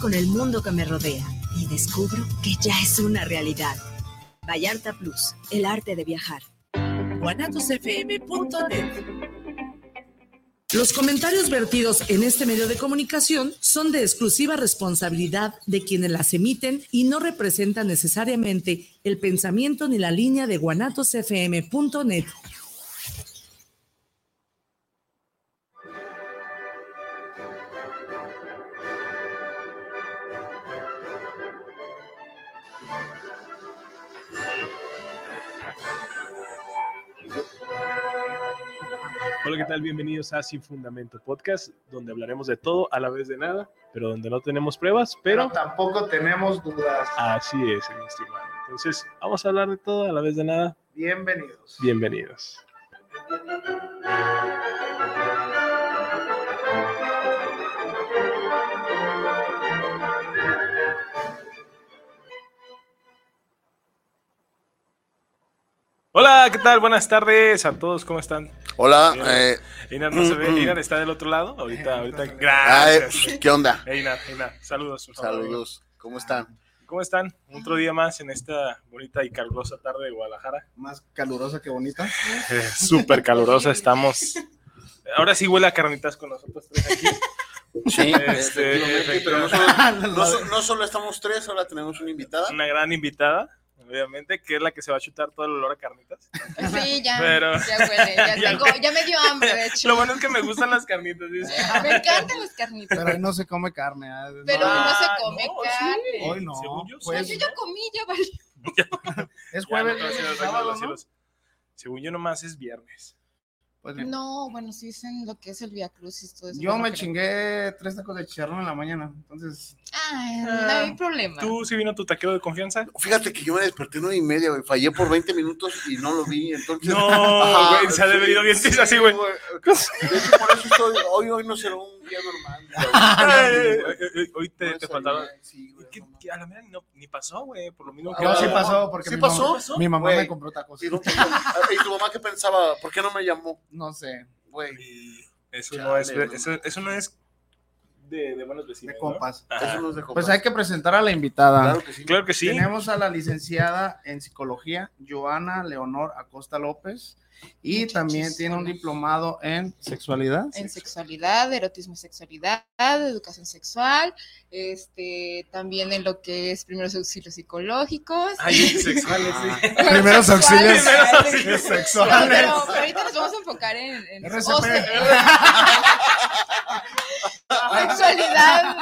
con el mundo que me rodea y descubro que ya es una realidad. Vallarta Plus, el arte de viajar. Los comentarios vertidos en este medio de comunicación son de exclusiva responsabilidad de quienes las emiten y no representan necesariamente el pensamiento ni la línea de guanatosfm.net. Hola, ¿qué tal? Bienvenidos a Sin Fundamento Podcast, donde hablaremos de todo a la vez de nada, pero donde no tenemos pruebas, pero Ah. Pero tampoco tenemos dudas. así es, mi estimado. Entonces, vamos a hablar de todo a la vez de nada. Bienvenidos. Bienvenidos. Hola, ¿qué tal? Buenas tardes a todos, ¿cómo están? Hola, Bien. eh, Einar no se ve, Einar está del otro lado. Ahorita, ahorita. ay, pues, Gracias. ¿qué onda? Einar, Einar, saludos. por favor. Saludos, ¿cómo están? ¿Cómo están? Otro día más en esta bonita y calurosa tarde de Guadalajara. más calurosa que bonita. Eh, Súper calurosa, estamos. Ahora sí huele a carnitas con nosotros tres aquí. Sí, Este, efectivamente, pero no solo, no so- no solo estamos tres, ahora tenemos una invitada. Una gran invitada, obviamente, que es la que se va a chutar todo el olor a carnitas. Sí, ya. Pero- Ya huele, ya Ya tengo, ya me dio hambre, de hecho. Lo bueno es que me gustan las carnitas. dice. Me encantan las carnitas. Pero ahí no se come carne. ¿ah? Ah, Pero No, no se Ah, come no, carne. sí. Hoy no, Según yo, sí. pues, No, yo ya comí, ya vale. es Ya, no, jueves. no, sí, no, sábado, sí, ¿no? los- Según yo, nomás es viernes. Pues, No, bueno, sí dicen lo que es el Via Cruz y todo eso. yo no me creo. chingué tres tacos de chicharrón en la mañana. Entonces, Ay, Ah, no hay problema. ¿Tú sí vino tu taquero de confianza? Fíjate que yo me desperté nueve y media, güey, fallé por 20 minutos y no lo vi, entonces... No, Ajá, güey, se ha de haber ido bien sí, sí, así, güey. De hecho, por eso estoy, hoy, hoy no será un día normal. Ah, Ay, hoy- Eh, Hoy güey. te, No te sabía, faltaba. sí, güey, ¿Qué- no mames. qué? a la mera no- ni pasó, güey, por lo mismo Ah, que no, bueno, sí Ah, pasó porque ¿Sí mi pasó? mamá, mi mamá Güey. me compró tacos. Sí, no pasó. Ah, ¿Y tu mamá qué pensaba? ¿Por qué no me llamó? No sé, Güey, Eso Chale, no es, güey. eso, eso no es de, de buenos vecinos. de ¿no? compas. Ajá. eso nos dejó. Pues pasar. hay que presentar a la invitada. Claro que sí. Ah. Claro que sí. Tenemos a la licenciada en psicología, Joana Leonor Acosta López, y también tiene un diplomado en sexualidad. En sexualidad, erotismo y sexualidad, educación sexual, este, también en lo que es primeros auxilios psicológicos. Ay, Ah, sexuales, sí. Primeros auxilios. Primeros auxilios Pero, sexuales. pero ahorita nos vamos a enfocar en, en RCP. OCE. sexualidad,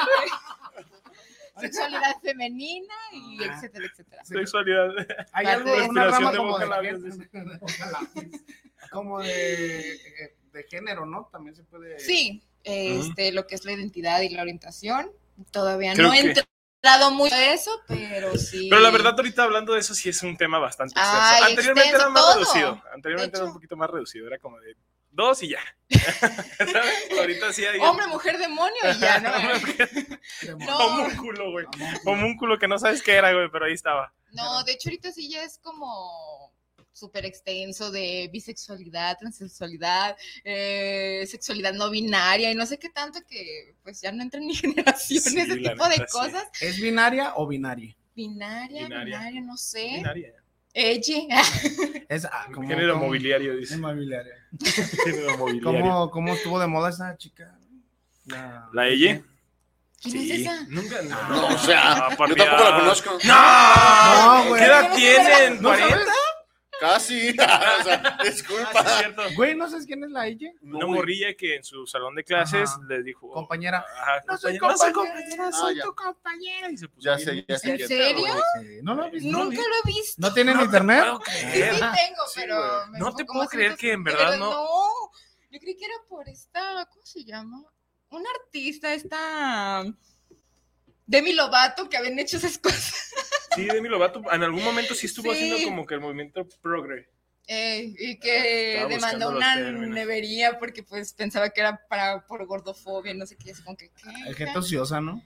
sexualidad femenina y etcétera, etcétera. Sexualidad. pues, Hay Parte algo de de una inspiración rama de como Boca de, Labios, como de, eh, de género, ¿no? También se puede. Sí, este, lo que es la identidad y la orientación. Todavía Creo no he que- entrado mucho a eso, pero sí. Pero la verdad, ahorita hablando de eso, sí es un tema bastante extenso. Ay, Anteriormente extenso, era más todo. reducido. Anteriormente era un hecho. poquito más reducido. Era como de dos y ya. ¿Sabes? Ahorita sí hay. Hombre, mujer, demonio y ya, ¿no? No. Como un culo, güey. Como un culo que no sabes qué era, güey, pero ahí estaba. No, de hecho ahorita sí ya es como súper extenso de bisexualidad, transexualidad, eh, sexualidad no binaria y no sé qué tanto que pues ya no entra en mi generación Sí, ese la tipo de neta, sí. cosas. ¿Es binaria o binaria? Binaria, Binaria. binaria, no sé. Binaria. Ella. Es ah, como. Género como- mobiliario, dice. es mobiliario. Género mobiliario. ¿Cómo, ¿Cómo estuvo de moda esa chica? La, ¿La ella? ¿Quién es esa? Nunca, no. No, o sea, Ah, por yo tampoco Dios. la conozco. ¡No! No, güey. Ah, ¿Qué edad tienen? ¿No sabes? ¿40? Casi. o sea, Ah, sí, es disculpa. cierto. Güey, ¿no sabes quién es la ella? Una morrilla que en su salón de clases Ajá. les dijo... Compañera. Ajá, No soy compañera, soy compañera, compañera, Ah, soy ya. tu compañera. Y se puso Ya bien sé, ya sé. ¿En quién. serio? Sí, ¿No lo has visto? No, Pues Nunca lo he visto. ¿No tienen No te internet? puedo Sí creer. tengo, Sí, pero... güey. me No fue te como puedo hace creer dos- que en de verdad no- No, yo creí que era por esta... ¿Cómo se llama? Una artista, esta... Demi Lovato, que habían hecho esas cosas. Sí, Demi Lovato en algún momento sí estuvo Sí. haciendo como que el movimiento progre. Eh, y Ah, Estaba que buscando demandó los una términos. nevería porque pues pensaba que era para por gordofobia, no sé qué, así como que... ¿qué? Hay gente ociosa, ¿no?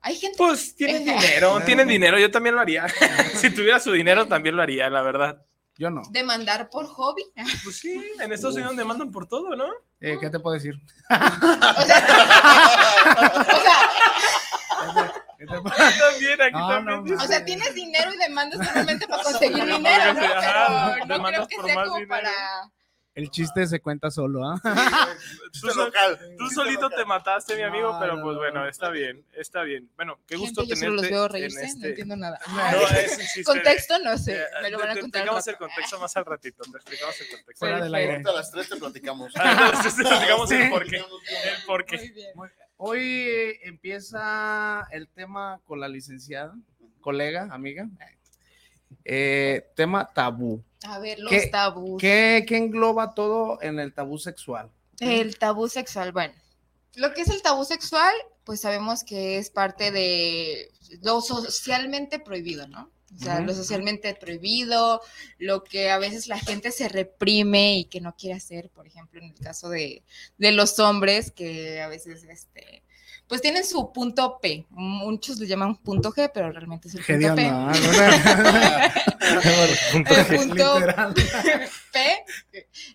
Hay gente... Pues tienen dinero, Claro. tienen dinero, yo también lo haría. si tuviera su dinero también lo haría, la verdad. Yo no. Demandar por hobby. Pues sí, en Estados Unidos demandan por todo, ¿no? Eh, ¿Qué te puedo decir? O sea, o sea, ¿Qué te pasa? Aquí también, aquí No, también. no, dice- O sea, tienes dinero y demandas solamente para conseguir dinero, ¿no? Ajá, Pero no demandas creo que por sea más como dinero. para. El chiste se cuenta solo, ¿ah? tú, sol- tú solito te mataste, mi amigo, No, pero no, pues no, bueno, no. está bien, está bien. Bueno, qué gusto Gente, yo solo tenerte los veo en reírse, no este. entiendo nada. No, es, insiste, Contexto, no sé, eh, me lo van te- a te contar. al explicamos rato. el contexto más al ratito. Te explicamos el contexto. Fuera Ah, del aire. Ahorita a las 3 te platicamos. entonces te explicamos el porqué. El Muy porqué. bien. Hoy eh, empieza el tema con la licenciada, colega, amiga. Eh, tema tabú. A ver, los ¿Qué- tabús. ¿Qué, qué engloba todo en el tabú sexual? El tabú sexual, bueno. Lo que es el tabú sexual, pues sabemos que es parte de lo socialmente prohibido, ¿no? O sea, Ujú. lo socialmente prohibido, lo que a veces la gente se reprime y que no quiere hacer, por ejemplo, en el caso de, de los hombres, que a veces, este, pues tienen su punto P. Muchos le llaman punto G, pero realmente es el punto P. El punto Literal. P.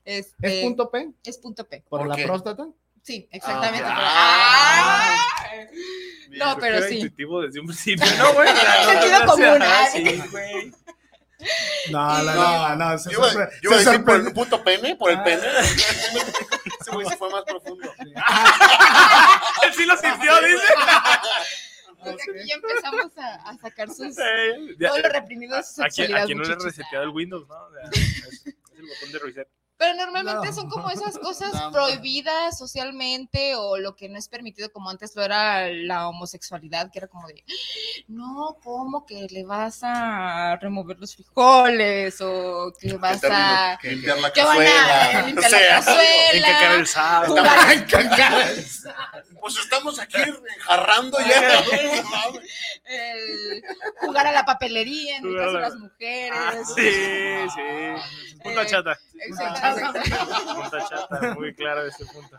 este, ¿Es punto P? es punto P. ¿Por, ¿Por la qué? próstata? Sí, exactamente. Ah. por- ¡Ah! No, Creo pero que era sí. intuitivo desde un principio. No, güey. Sentido común, ¿eh? güey. No, no, no, no. Yo iba, yo iba a decir por el puto pene, por Ah. el pene. Ese güey se fue más profundo. Él Ah, sí lo sintió, dice. Pues aquí ya empezamos a, a sacar sus, Eh, Ah, ya, todo lo reprimido de su ¿A quién, sexualidad. a quién no le muchachos. reseteado el Windows, no? O sea, es, es el botón de reset. Pero normalmente No. son como esas cosas No, no. prohibidas socialmente o lo que no es permitido, como antes lo era la homosexualidad, que era como de, no, ¿cómo que le vas a remover los frijoles o que vas a... Que limpiar la que van a cazuela. limpiar O la sea, Hay que caer cazuela? el sábado. jugar- pues estamos aquí jarrando ya. el jugar a la papelería, en el Jugar a caso de la- las mujeres. Ah, sí, sí. Punta Eh, chata. etcétera, etcétera. Punta chata, muy clara de ese punto.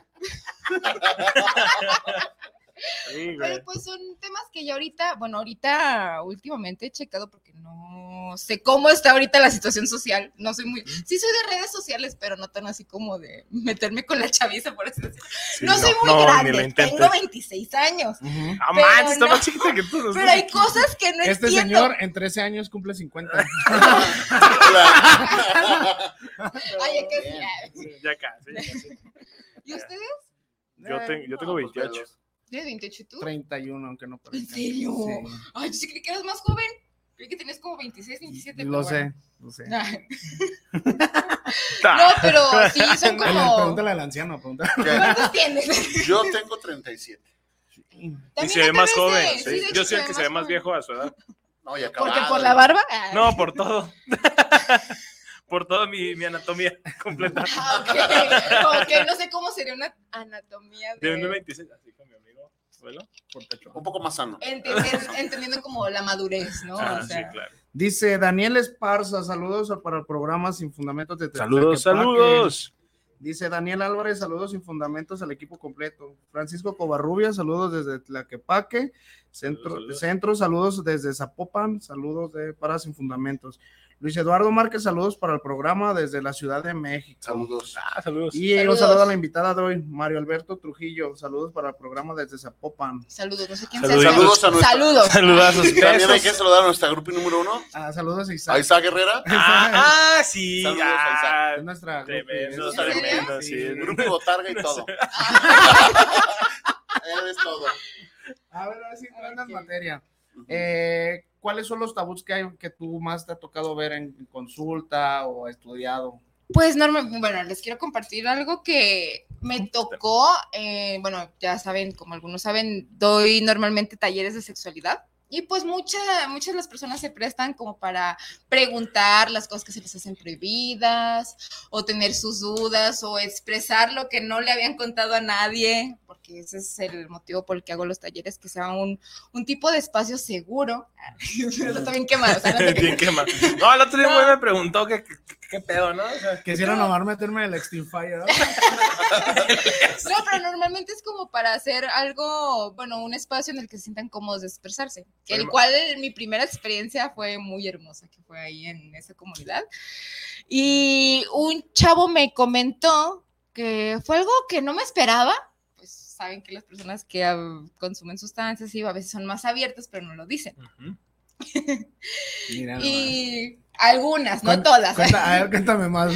Sí, güey. Pero pues son temas que ya ahorita, bueno, ahorita últimamente he checado porque no sé cómo está ahorita la situación social. No soy muy, sí soy de redes sociales, pero no tan así como de meterme con la chaviza, por así decirlo. Sí, no soy muy no, ni lo grande, intentes. tengo 26 años, Ah, man, pero está no. más chiquita Pues, que tú. pero hay cosas que no Este entiendo. Ah. señor en 13 años cumple 50. Ay, es que sí, Bien. ay. Sí, Ya casi. ya casi. ¿Y ustedes? Yo, tengo- yo Pues tengo 28. ¿De 28 y tú? 31, aunque no parezca. ¿En serio? Ay, yo sí creí que eras más joven. Creí que tenías como 26, 27. Sí. Lo pero bueno. sé, lo sé. Ay, No, Ta. pero sí Ay, son le- como. Pregúntale al anciano, pregúntale. ¿Cuántos tienes? Yo tengo 37. Y También se ve acá más ves de- joven. sí, sí. de hecho Yo soy el que se ve más joven. viejo a su edad. No, y acabado. Porque por la barba. Ah, No, por todo. Por toda mi, mi anatomía completa. ah, ok. Ok, no sé cómo sería una anatomía De de. 1.26, así con mi amigo. Suelo, por techo. Oh, Un poco más sano. entender- entendiendo como la madurez, ¿no? Ah, o sí, sea, claro. Dice Daniel Esparza, saludos para el programa Sin Fundamentos de Tlaxcala Saludos, Quepaque. saludos. Dice Daniel Álvarez, saludos sin fundamentos al equipo completo. Francisco Covarrubia, saludos desde Tlaquepaque. Centro, Saludos, saludos. Centro, saludos desde Zapopan, saludos de para sin fundamentos. Luis Eduardo Márquez, saludos para el programa desde la Ciudad de México. Saludos. Ah, saludos. Y un Saludos. saludo a la invitada de hoy, Mario Alberto Trujillo, saludos para el programa desde Zapopan. Saludos, no sé quién Saludos. sea. Saludos a nuestra- Saludos. Saludazos. También hay que besos. saludar a nuestra grupo número uno, Ah, saludos a Isaac. a Isa Guerrera. Ah, ah, sí. Saludos, ah, Es nuestra Tremendo, es- tremendo, sí. Grupo Botarga y todo. Eres todo. A ver, a ver si entrando en Ok. materia. Eh, ¿Cuáles son los tabús que, hay, que tú más te ha tocado ver en, en consulta o estudiado? Pues normal, bueno, les quiero compartir algo que me tocó, eh, bueno, ya saben, como algunos saben, doy normalmente talleres de sexualidad y pues muchas muchas de las personas se prestan como para preguntar las cosas que se les hacen prohibidas o tener sus dudas o expresar lo que no le habían contado a nadie, porque ese es el motivo por el que hago los talleres, que sea un, un tipo de espacio seguro. no está bien quemado, o sea, no te creas. Bien quema. Ah, No, el otro día un güey No. me preguntó qué, qué, qué pedo, ¿no? O sea, Quisiera nomás meterme en el Extinfire. ¿no? No, pero normalmente es como para hacer algo, bueno, un espacio en el que se sientan cómodos de expresarse. El Pero- cual mi primera experiencia fue muy hermosa, que fue ahí en esa comunidad. Y un chavo me comentó que fue algo que no me esperaba, pues saben que las personas que ah, consumen sustancias y a veces son más abiertas, pero no lo dicen. Ujú. Mira, nomás. Y algunas, no Cuenta- todas. ¿eh? Cuenta- a ver, cuéntame más.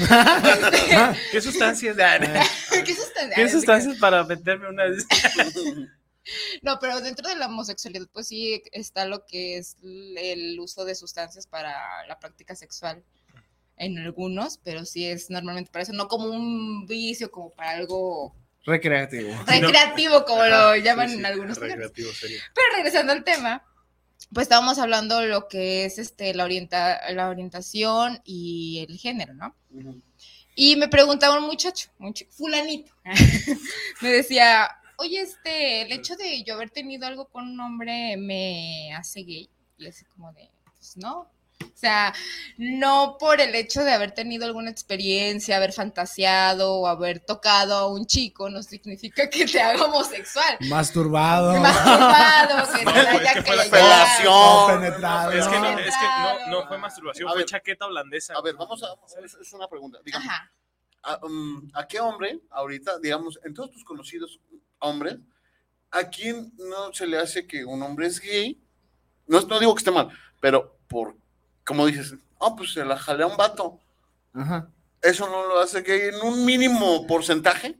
¿Qué sustancias? Ah, no. ¿Qué sustancias? ¿Qué sustancias para meterme una? No, pero dentro de la homosexualidad, pues sí está lo que es l- el uso de sustancias para la práctica sexual en algunos, pero sí es normalmente para eso, no como un vicio, como para algo Recreativo. recreativo, como Ajá, lo llaman sí, sí, en algunos términos. Recreativo sería. Pero regresando al tema, pues estábamos hablando de lo que es este, la, orienta, la orientación y el género, ¿no? Y me preguntaba un muchacho, un chi- fulanito, me decía, oye, este, el hecho de yo haber tenido algo con un hombre me hace gay. Y así como de, pues no. O sea, no por el hecho de haber tenido alguna experiencia, haber fantaseado o haber tocado a un chico, no significa que te haga homosexual. Masturbado. Masturbado, que No, te pues, haya que fue la callado. o Felación. penetrado. Es que, no, No. es que no, no fue masturbación, A fue ver. chaqueta holandesa. A ver, güey. vamos a. Es es una pregunta. Digamos, Ajá. a, mm, ¿a qué hombre ahorita, digamos, en todos tus conocidos hombres, a quién no se le hace que un hombre es gay? No, no digo que esté mal, pero por, como dices, ah, pues se la jalea un vato. Ajá. ¿Eso no lo hace gay en un mínimo porcentaje?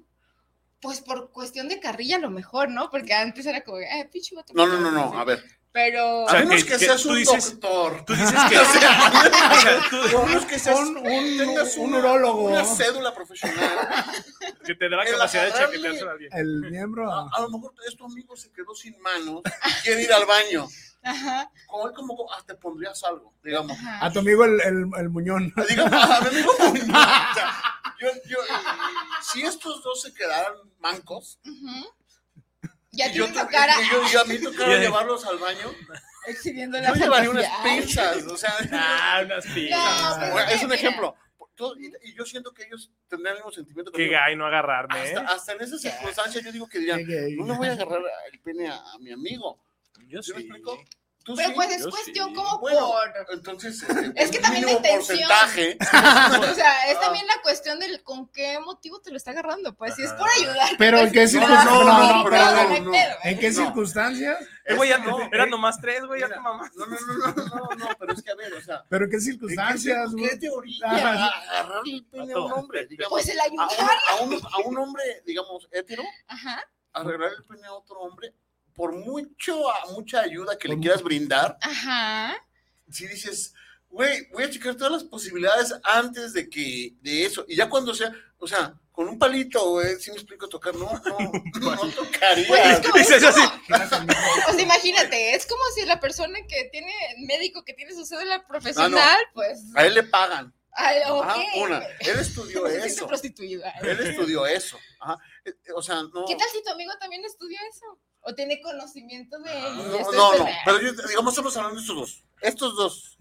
Pues por cuestión de carrilla a lo mejor, ¿no? Porque antes era como, eh, pinche vato No, no, no, mamón", no, a ver. Pero O sea, a menos que- que, que seas tú un dices- doctor. Tú dices que. o sea, tú- A menos que seas Un- un- tengas un una- urólogo. Una cédula profesional. que te da la El capacidad de agarrarle- chaquetearse a alguien. El miembro. A, a lo mejor es tu amigo se quedó sin manos y quiere ir al baño. Ajá, Como él como ah, te pondrías algo, digamos. ajá. A tu amigo el, el, el muñón. Digamos, a mi amigo Muñoz, o sea, yo, yo, si estos dos se quedaran mancos, ujú. Ya y yo, tiene tu- tu cara y yo, y a mí tocara Ya. llevarlos al baño, exhibiendo la yo llevaría unas fantasía. pinzas, o sea, Ah, unas No, pizzas. pues, bueno, es un mira, ejemplo. Todo- y, y yo siento que ellos tendrían el mismo sentimiento que Qué yo. gay no agarrarme, ¿eh? hasta, hasta en esa circunstancia yo digo que dirían, no le voy a agarrar el pene a, a mi amigo. Yo ¿Sí me explico? ¿Tú Pero sí? pues es yo cuestión sí. como Bueno, por... Entonces, este, Es que un también la mínimo intención. porcentaje. O sea, es también la cuestión del con qué motivo te lo está agarrando, pues, si es por ayudar. Pero en qué pues, circunstancias. no, No, no, no, no, pero no, a ver, no. ¿En qué No. circunstancias? Eh, güey, ya Este, no, eh, eran nomás tres, güey, ya Mira, tu mamá. No, no, no, no, no, no, pero es que a ver, o sea. ¿Pero en qué ¿en qué circunstancias, te- güey? ¿Qué teoría? Ajá. Agarrarle el pene a un hombre, digamos. Pues el A ayudar. un, a un- a un hombre, digamos, hetero, Ajá. agarrar el pene a otro hombre, por mucho, a- mucha ayuda que le quieras brindar, Ajá. si dices, güey, voy a checar todas las posibilidades antes de que, de eso. Y ya cuando sea, o sea, con un palito, güey, si me explico tocar, no, no, no tocaría. Pues, Es como- Dices así. O sea, imagínate, es como si la persona que tiene, médico que tiene su cédula profesional, pues... A él le pagan. ay, Ajá, ok, una. güey. Él estudió Se siente eso. prostituida. Él estudió eso. Ajá. Eh, eh, O sea, no. ¿Qué tal si tu amigo también estudió eso? ¿O tiene conocimiento de de No, no, esta no. enfermedad? Pero yo- digamos, estamos hablando de estos dos. Estos dos.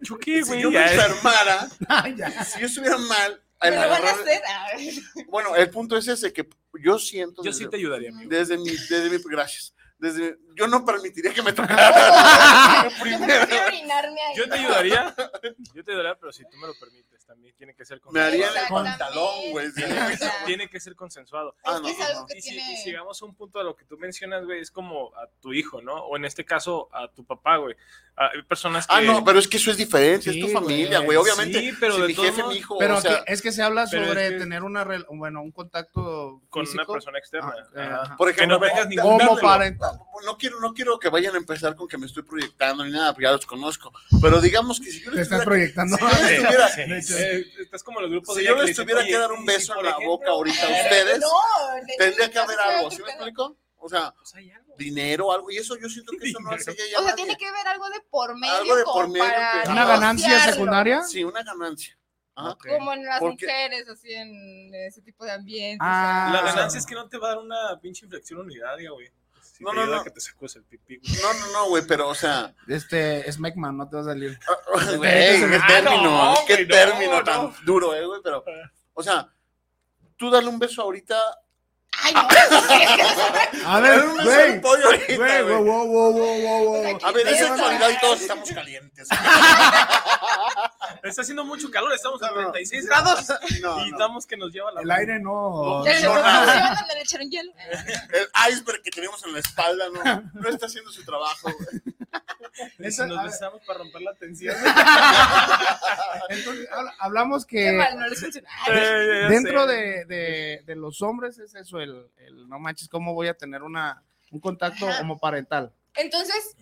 ¿Yo qué, Si güey? yo me Ya, enfermara, Ah, ya. si yo estuviera mal, ¿Me al lo van a agarrar- hacer? ah. Ay, bueno, el punto es ese que yo siento. Yo desde, sí te ayudaría, amigo. desde mi, desde mi, gracias. Desde, yo no permitiría que me tocara. Yo me Primero. prefiero orinarme ahí. Yo te ayudaría. Yo te ayudaría, pero si tú me lo permites, también tiene que ser me haría en el consensuado. Exactamente. pantalón, güey. sí. O sea, Tiene que ser consensuado. Ah, es que es algo que Y si, tiene... y si llegamos a un punto a lo que tú mencionas, güey, es como a tu hijo, ¿no? O en este caso, a tu papá, güey. Ah, Hay personas que. Ah, no, pero es que eso es diferente, Sí, es tu familia, güey. Obviamente, Sí, pero si de mi todos jefe, modos, mi hijo, Pero o sea, aquí- es que se habla pero es sobre que- tener una, rel- bueno, un contacto con físico. una persona externa. Ah, eh, Ajá. ajá. por Que ejemplo, no tengas ningún Como vínculo. para no quiero, no quiero que vayan a empezar con que me estoy proyectando ni nada, porque ya los conozco. Pero digamos que si yo Te les estás tuviera, proyectando. si yo les Sí, tuviera- sí, de hecho. eh, estás como los grupos si de yo ella les dicen, tuviera que "Oye, dar un y beso por en la ejemplo, boca ahorita a eh, ustedes, No, de- tendría que haber o sea, algo, otro ¿sí me pedo. explico? O sea, pues hay algo. dinero, algo, y eso yo siento que eso no hace ya O sea, nadie. tiene que haber algo de por medio. Algo de como por medio para que- ¿Una ganancia negociarlo. secundaria? Sí, una ganancia. Ajá. Ok. Como en las Porque- mujeres, así en ese tipo de ambientes. Ah. La ganancia es que no te va a dar una pinche inflexión unitaria, güey. Si No, te no, ayuda no. que te sacudes el pipí, güey. No, no, no, güey, pero, o sea, Este, es Mecman, no te va a salir. güey, qué Ah, término, no, qué güey, no, término no. tan duro, eh, güey, pero, o sea, tú dale un beso ahorita Ay, no, es que A ver, Pero no es el güey. pollo ahorita, Güey, güey. wow, wow, wow, wow, wow, wow. A ver, es sexualidad y todos estamos calientes. Está haciendo mucho calor, estamos a No, no. 36 grados No, y no. estamos que nos lleva la. El aire no. se- no, se- nada. se- se- se- le echaron hielo. El iceberg que tenemos en la espalda no, no está haciendo su trabajo. güey. Y Esa- nos a- besamos para romper la tensión. Entonces, habla- hablamos Qué que mal, no les funcionó. Ay, dentro de, de- de los hombres es eso, el, el no manches, ¿cómo voy a tener una, un contacto Ajá. homoparental? Entonces,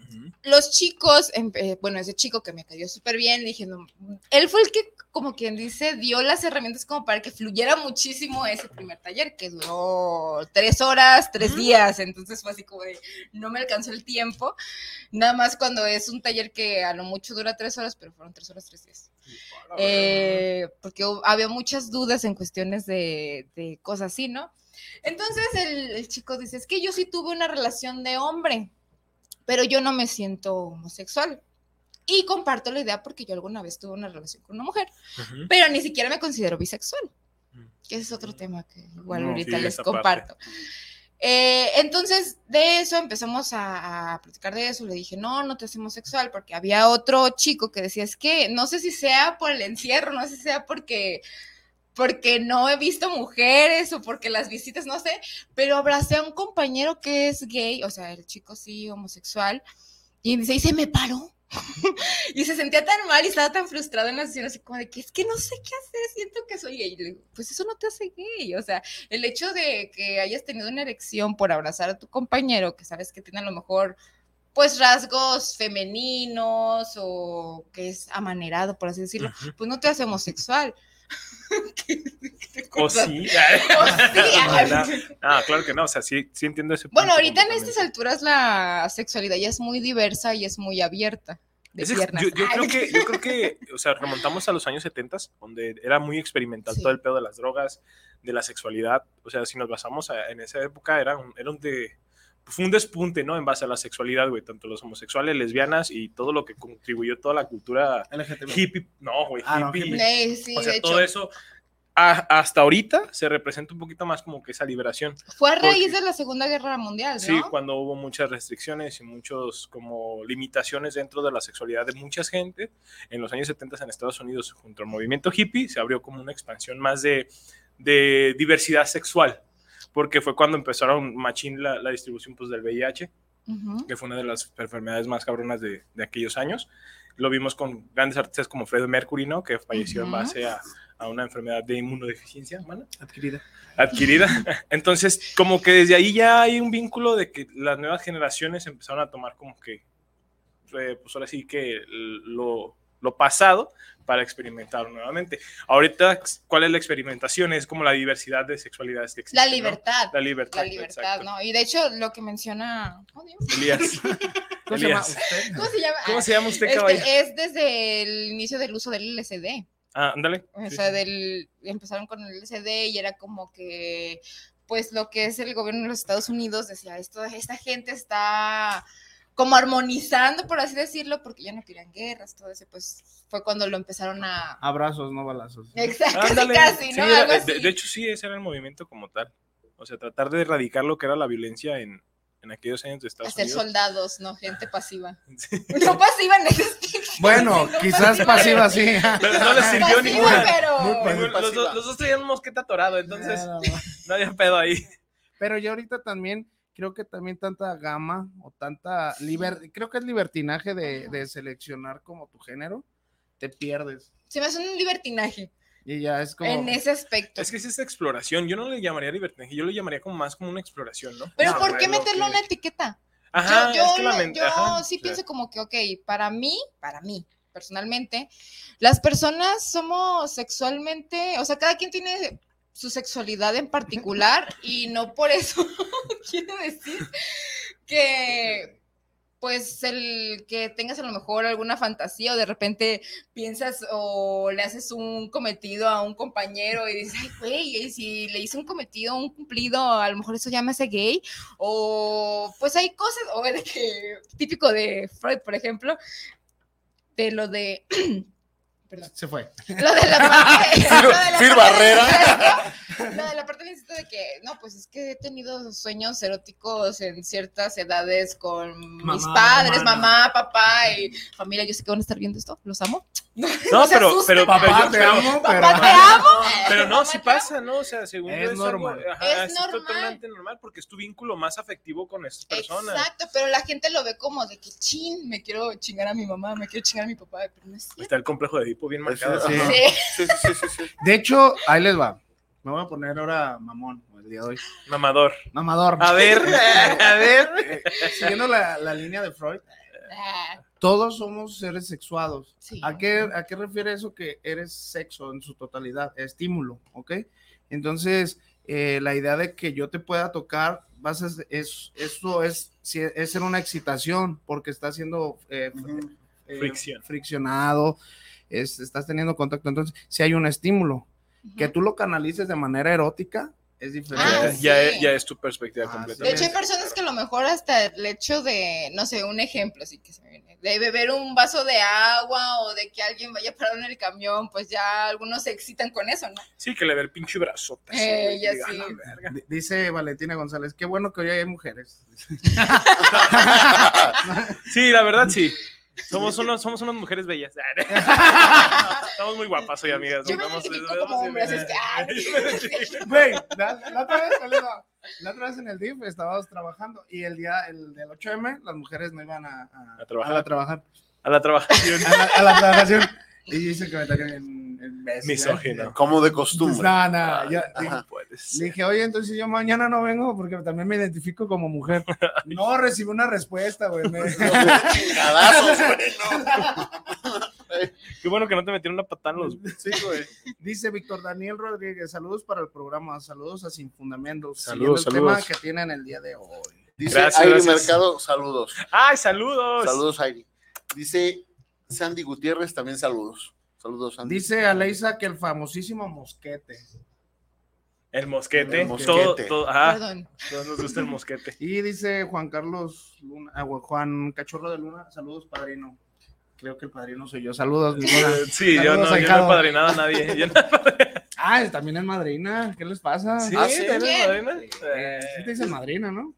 los chicos, em- eh, bueno, ese chico que me cayó súper bien, dije, no, él fue el que, como quien dice, dio las herramientas como para que fluyera muchísimo ese primer taller, que duró tres horas, tres días, entonces fue así como de, no me alcanzó el tiempo, nada más cuando es un taller que a lo mucho dura tres horas, pero fueron tres horas, tres días. Eh, porque hu- había muchas dudas en cuestiones de, de cosas así, ¿no? Entonces el, el chico dice, es que yo sí tuve una relación de hombre, pero yo no me siento homosexual. Y comparto la idea porque yo alguna vez tuve una relación con una mujer, pero ni siquiera me considero bisexual, que es otro tema que igual No, ahorita Mm. sí, les esa parte. comparto. Eh, entonces, de eso empezamos a, a platicar de eso. Le dije, no, no te es homosexual, porque había otro chico que decía, es que no sé si sea por el encierro, no sé si sea porque, porque no he visto mujeres o porque las visitas, no sé, pero abracé a un compañero que es gay, o sea, el chico sí, homosexual, y dice, y se me paró. y se sentía tan mal y estaba tan frustrado en la sesión, así como de que es que no sé qué hacer, siento que soy gay. Y le digo, pues eso no te hace gay, o sea, el hecho de que hayas tenido una erección por abrazar a tu compañero, que sabes que tiene a lo mejor pues rasgos femeninos o que es amanerado, por así decirlo, pues no te hace homosexual. ¿Qué- qué O cosa? sí. O sí, ay. Ojalá. Ah, claro que no, o sea, sí, sí entiendo ese punto. Bueno, ahorita en completamente. estas alturas la sexualidad ya es muy diversa y es muy abierta. De Es ex- piernas. yo, yo Ay, creo que, yo creo que, o sea, remontamos a los años 70, donde era muy experimental Sí. todo el pedo de las drogas, de la sexualidad. O sea, si nos basamos a- en esa época, era un, era un de, fue un despunte, ¿no? En base a la sexualidad, güey, tanto los homosexuales, lesbianas y todo lo que contribuyó toda la cultura hippie. No, güey, Ah, no, hippie. hippie. Ey, sí, O sea, de hecho, todo eso. a- hasta ahorita se representa un poquito más como que esa liberación. fue a raíz porque- de la Segunda Guerra Mundial, ¿no? Sí, cuando hubo muchas restricciones y muchos como limitaciones dentro de la sexualidad de mucha gente, en los años 70 en Estados Unidos, junto al movimiento hippie, se abrió como una expansión más de, de diversidad sexual, porque fue cuando empezaron machín la, la distribución pues, del VIH, Ujú. que fue una de las enfermedades más cabronas de, de aquellos años. Lo vimos con grandes artistas como Freddie Mercury, ¿no? Que falleció en Ujú. base a, a una enfermedad de inmunodeficiencia humana Adquirida. adquirida. Entonces, como que desde ahí ya hay un vínculo de que las nuevas generaciones empezaron a tomar como que, eh, pues ahora sí que lo, lo pasado para experimentar nuevamente. Ahorita, ¿cuál es la experimentación? Es como la diversidad de sexualidades que existen. La ¿no? libertad. La libertad. La libertad, exacto. ¿no? Y de hecho, lo que menciona. oh, Dios, Elías, ¿Cómo se llama Elías. usted? ¿Cómo se llama? ¿Cómo se llama usted, Este, caballero? es desde el inicio del uso del LSD. Ah, ándale. O Sí, sea, sí. del, empezaron con el LSD y era como que, pues lo que es el gobierno de los Estados Unidos decía, esto, esta gente está como armonizando, por así decirlo, porque ya no querían guerras, todo eso, pues fue cuando lo empezaron a... Abrazos, no balazos. Exacto, casi, Ah, Ándale. casi, ¿no? Sí, era- eh, Algo de- así. de, hecho, sí, ese era el movimiento como tal. O sea, tratar de erradicar lo que era la violencia en, en aquellos años de Estados Hacer Unidos. Ah. soldados, no, gente pasiva. Sí. No pasiva en ese sentido. Bueno, No quizás pasiva sí. Pero no le sirvió Pasiva, ninguna. pero... Ninguno- los, dos, los dos traían un mosquete atorado, entonces no había pedo ahí. Pero yo ahorita también creo que también tanta gama o tanta liber, creo que es libertinaje de, de seleccionar como tu género, te pierdes. Se me hace un libertinaje Y ya es como en ese aspecto. Es que es esta exploración. Yo no le llamaría libertinaje, yo lo llamaría como más como una exploración, ¿no? Pero Ah, ¿por qué bueno, meterle que- una etiqueta? Ajá, yo yo, es que la no- men- yo ajá, sí o sea, pienso como que, ok, para mí, para mí, personalmente, las personas somos sexualmente, o sea, cada quien tiene su sexualidad en particular y no por eso quiero decir que pues el que tengas a lo mejor alguna fantasía o de repente piensas o le haces un cometido a un compañero y dices, ay, güey, y si le hice un cometido, un cumplido, a lo mejor eso ya me hace gay, o pues hay cosas, o de que, típico de Freud, por ejemplo, de lo de perdón. Se fue. Lo de la parte. lo de la Fir parte- Barrera. Lo de la parte insisto, de que, no, pues es que he tenido sueños eróticos en ciertas edades con mis Mamá, padres, hermana. mamá, papá y familia. Yo sé que van a estar viendo esto, los amo. No, No se pero, asusten, pero, papá, pero- te amo, Papá, te amo. pero no, Mamá, si te amo. pasa, ¿no? O sea, según yo Es es algo- normal. ajá, Es es normal. totalmente normal porque es tu vínculo más afectivo con esas personas. Exacto, pero la gente lo ve como de que chin, me quiero chingar a mi mamá, me quiero chingar a mi papá, pero no es cierto. Está el complejo de Edipo bien Pues sí, marcado. sí. Ajá. Sí. Sí, sí, sí, sí, sí. De hecho, ahí les va. Me voy a poner ahora mamón el día de hoy. Mamador. Mamador. A ver, a ver. Siguiendo la, la línea de Freud, Ah, todos somos seres sexuados. sí. ¿A qué, ¿A qué refiere eso que eres sexo en su totalidad? Estímulo, ¿ok? Entonces, eh, la idea de que yo te pueda tocar, vas a, es, eso es, si e, es en una excitación, porque está siendo eh, Ujú. eh, Fricción. friccionado, es- estás teniendo contacto. Entonces, si hay un estímulo, Ujú. que tú lo canalices de manera erótica, es diferente. Ah, ya, ya sí. es, ya es tu perspectiva Ah, De completamente. hecho, hay personas que a lo mejor hasta el hecho de, no sé, un ejemplo, así que se me viene, de beber un vaso de agua o de que alguien vaya parado en el camión, pues ya algunos se excitan con eso, ¿no? Sí, que le ve el pinche brazote. así, Eh, güey, ya diga, sí. "A la verga". D- Dice Valentina González, qué bueno que hoy hay mujeres. Sí, la verdad, sí. Somos, unos, somos unas mujeres bellas. Estamos muy guapas hoy, amigas. Yo me Nos damos- identifico nos damos como hombre, en- así es que, ay. Güey, la, la otra vez, ahí les va. La otra vez en el DIF estábamos trabajando y el día el del 8M las mujeres no iban a, A trabajar. la trabajar. A la trabajación. A la, a la trabajación. Y yo hice el comentario en, en beso, Misógino. Como de ya. costumbre. Pues, no, no, yo- Ajá. dije- Puede le ser. dije, oye, entonces yo mañana no vengo porque también me identifico como mujer. No recibí una respuesta, güey. me- Chingadazos, güey, no. Qué bueno que no te metieron una patada en los. Sí, güey. Dice Víctor Daniel Rodríguez, saludos para el programa, saludos a Sin Fundamentos. Saludos, siguiendo El saludos. tema que tienen el día de hoy. Dice Gracias, Airi gracias. Mercado, saludos. ¡Ay, saludos! Saludos, Airi. Dice Sandy Gutiérrez, también saludos. Saludos, Sandy. Dice Aleisa que el famosísimo mosquete. El mosquete. El mosquete. Todo, todo, ajá, Perdón. todos nos gusta el mosquete. Y dice Juan Carlos Luna, ah, güey, Juan Cachorro de Luna, saludos, padrino. Creo que el padrino soy yo, saludos, mi Luna. Eh, Sí, yo Saludos, no, yo no he ahijado. padrinado a nadie. Yo no- Ah, él también es madrina, ¿qué les pasa? ¿Sí? Ah, ¿sí? ¿Eres ¿Quién? madrina? Eh, sí te Eh, dicen madrina, ¿no?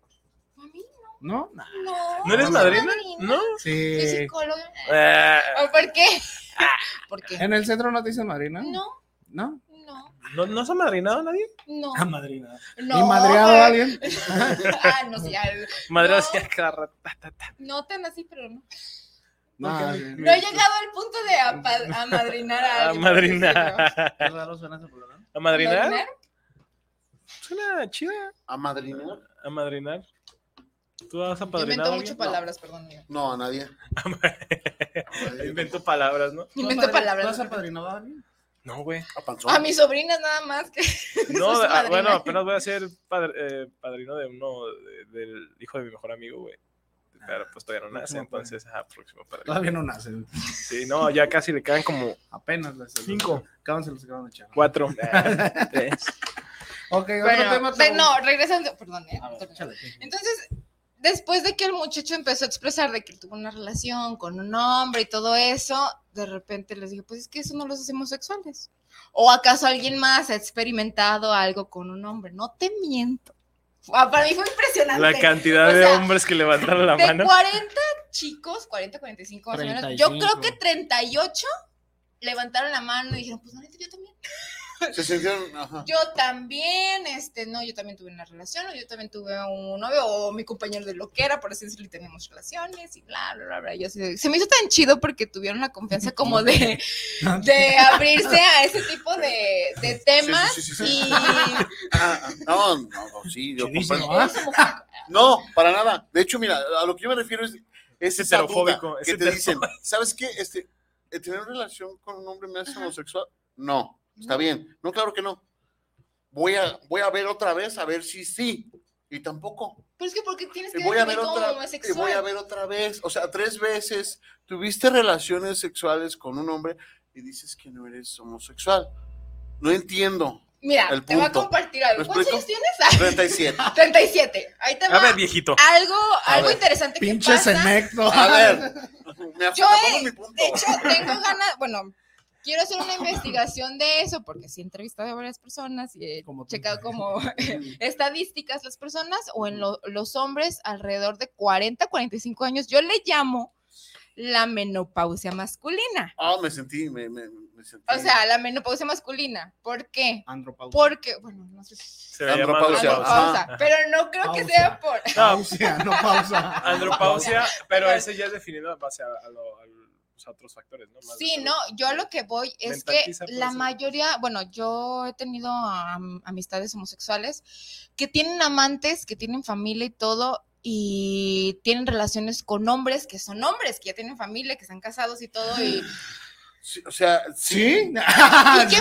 ¿A mí? ¿No? Nah. No. ¿No eres soy madrina? ¿No? Soy Sí. psicóloga. Eh, ¿O ¿Por qué? ¿Por qué? ¿En el centro no te dicen madrina? No, ¿No? no, ¿No, ¿No has amadrinado a nadie? no. Ah, madrina. no ¿Y madreado a alguien? Ah, no, sí, al- Madre No. hacía cada rato, ta, ta, ta. no tan así, pero no. No, que sí. No he llegado al punto de apa- amadrinar Ah, a alguien. por decirlo. Amadrinar. Qué raro suena ese programa. ¿Amadrinar? Suena chida. ¿A madrina? Amadrinar. ¿Tú has apadrinado Invento a mucho alguien? palabras, perdón. amigo. No, a nadie. No, Invento palabras, ¿no? Invento palabras. ¿Tú has padrino a alguien? No, güey. A panzón. A mis sobrinas nada más que. No, soy su ah, madrina. bueno, apenas voy a ser padr- eh, padrino de uno de- del hijo de mi mejor amigo, güey. Pero pues todavía Ah, no nace, próximo entonces, ajá, próximo padrino. Todavía no nace. Sí, no, ya casi le quedan como Apenas las Cinco. Acaban, se los acaban de echar. cuatro. Tres. Ok, otro Bueno, tema. ve- tú. no, regresando. Perdón, eh, A ver, échale. Entonces, después de que el muchacho empezó a expresar de que tuvo una relación con un hombre y todo eso, de repente les dije, pues es que eso no los hacemos sexuales. ¿O acaso alguien más ha experimentado algo con un hombre? No te miento. Ah, Para mí fue impresionante. La cantidad O de sea, hombres que levantaron la de mano. 40 chicos, 40, 45 más o menos, yo 35. creo que 38 levantaron la mano y dijeron, pues no, neta, yo también. Se sintieron. Ajá. Yo también, este, no, yo también tuve una relación, o yo también tuve un novio, o mi compañero de loquera, por así decirlo, y teníamos relaciones, y bla, bla, bla, bla. Yo así de- se me hizo tan chido porque tuvieron la confianza como de, de abrirse a ese tipo de, de temas. Sí, sí, sí, sí, sí. Y Ah, ah, no, no, no, sí, yo Chidísimo, comprendo. No, para nada. De hecho, mira, a lo que yo me refiero es. Es esa Heterofóbico, duda es Que te dicen, heterofóbico. ¿sabes qué? Este, eh, ¿Tener relación con un hombre me hace homosexual? No, está bien. No, claro que no. Voy a, voy a ver otra vez a ver si sí. Y tampoco. pues que porque tienes que Y voy a ver definir como otra y homosexual. voy a ver otra vez. O sea, tres veces tuviste relaciones sexuales con un hombre y dices que no eres homosexual. No entiendo. Mira, el te voy a punto. compartir ¿Lo algo. ¿Cuántos años explico? tienes? Ah, 37. 37. Ahí te A va. ver, viejito. Algo, A algo ver. interesante que Pinche pasa. senecto. A ver. Me, Yo yo, he- mi punto. De hecho, tengo ganas, bueno, quiero hacer una investigación de eso, porque sí he entrevistado a varias personas y he Como tú. checado como estadísticas las personas o en lo- los hombres alrededor de 40, 45 años. Yo le llamo la menopausia masculina. Ah, me sentí, me, me, me sentí. O sea, la menopausia masculina. ¿por qué? Andropausia. Porque, bueno, no sé si Se va a llamar Andropausia. andropausia. andropausia, pero no creo que Pausa. sea por... No, Pausia, no pausa. andropausia, pero ese ya es definido en base a, a lo- a los otros factores, ¿no? Más de Sí, salud. no, yo a lo que voy es Mental que quizá puede la ser. mayoría, bueno, yo he tenido am- amistades homosexuales que tienen amantes, que tienen familia y todo, y tienen relaciones con hombres que son hombres, que ya tienen familia, que están casados y todo, y Sí, o sea, ¿Sí? ¿Y qué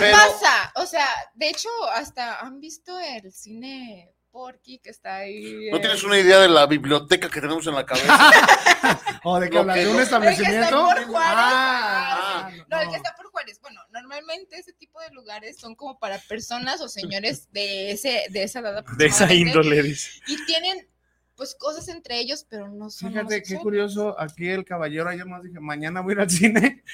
pero- pasa? O sea, de hecho, hasta han visto el cine Porky que está ahí. No eh, tienes una idea de la biblioteca que tenemos en la cabeza. ¿O Oh, de qué Lo hablas? que ¿De un no- establecimiento? El que está por Juárez. Ah, No, el que está por Juárez. Bueno, normalmente ese tipo de lugares son como para personas o señores de, ese, de esa edad. De esa aproximadamente, índole, dice. Y tienen, pues, cosas entre ellos, pero no son. Fíjate qué homosexuales. curioso, aquí el caballero ayer nos dije, mañana voy a ir al cine.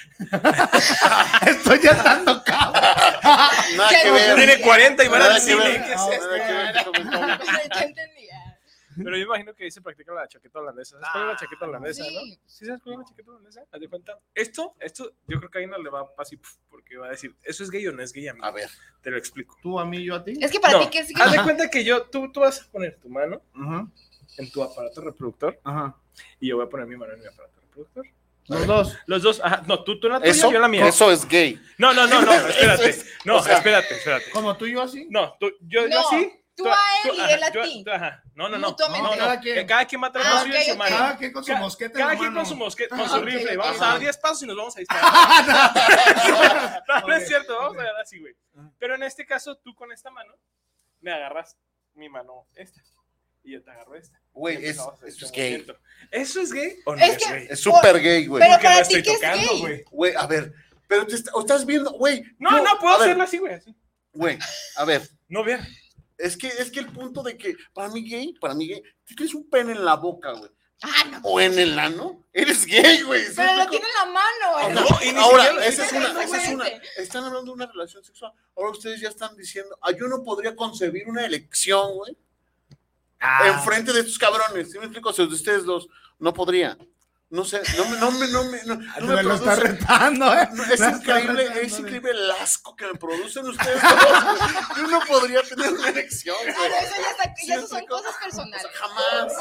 Estoy ya dando cabo. Nada que Ya ver. Tiene 40 y van Nada al que cine. ver. ¿qué es esto? Nada que ver este comentario. Ya entendí, ah. Pero yo imagino que ahí se practica la chaqueta holandesa. ¿Sabes cuál es la chaqueta holandesa, no? Ah, Sí. ¿Sí sabes cuál es la chaqueta holandesa? Haz de cuenta. Esto, esto, yo creo que ahí no le va a pasar porque va a decir, ¿eso es gay o no es gay, amigo? A ver. Te lo explico. Tú a mí, yo a ti. Es que para No, ti, ¿qué Haz de significa? cuenta que yo, tú, tú vas a poner tu mano Ajá, en tu aparato reproductor ajá. y yo voy a poner mi mano en mi aparato reproductor. Los dos. Los dos, ajá, no, tú, tú en la tuya, Eso, Pues yo en la mía. eso es gay. No, no, no, no, espérate. Eso no, o sea- espérate, espérate. Como tú y yo así. No, tú, yo, yo No, sí. tú a él y él a yo ti. tú, ajá. No, no, no. Mutuamente. no, no. Cada quien. Eh, Cada quien va a traer Ah, lo suyo en ok, su ok. mano. Cada quien con su Cada- mosquete. en Cada la quien mano. con su mosquete, con su Ah, ok, rifle. ok. Vamos a dar 10 pasos y nos vamos a disparar. no, no es Ok. cierto, vamos a dar así, güey. Pero en este caso, tú con esta mano me agarras mi mano esta y yo te agarro esta. Y Güey, es, empezamos a hacer eso es este gay. movimiento. ¿Eso es gay o no Es es, que- gay? Es súper gay, güey. Pero pues, Porque la para ti, estoy ¿qué es tocando, gay? güey. Güey, a ver. Pero te está- o estás viendo, güey. No, yo- no, puedo a ver, hacerlo así, güey. así. Güey, a ver. No, ver. Es que, es que el punto de que, para mí gay, para mí gay, si tienes un pene en la boca, güey, Ah, no. o en el ano, eres gay, güey. ¿sí me Pero lo explico? tiene en la mano. Ahora, ¿eh? No, y ni siquiera lo ahora esa es dijiste, una, güey. esa es una, están hablando de una relación sexual. Ahora ustedes ya están diciendo, ah, yo no podría concebir una elección, güey, Ah, enfrente de estos cabrones. ¿Sí me explico? O sea, de ustedes dos, no podría. No sé, no me, no me, no me, no, no me Me lo está produce- retando, ¿eh? no, es Me está increíble, retando, es de- increíble el asco que me producen ustedes dos. güey. Yo no podría tener una elección, Ah, güey. no, eso ya, está, Sí, ya eso son explico. cosas O sea, personales. jamás.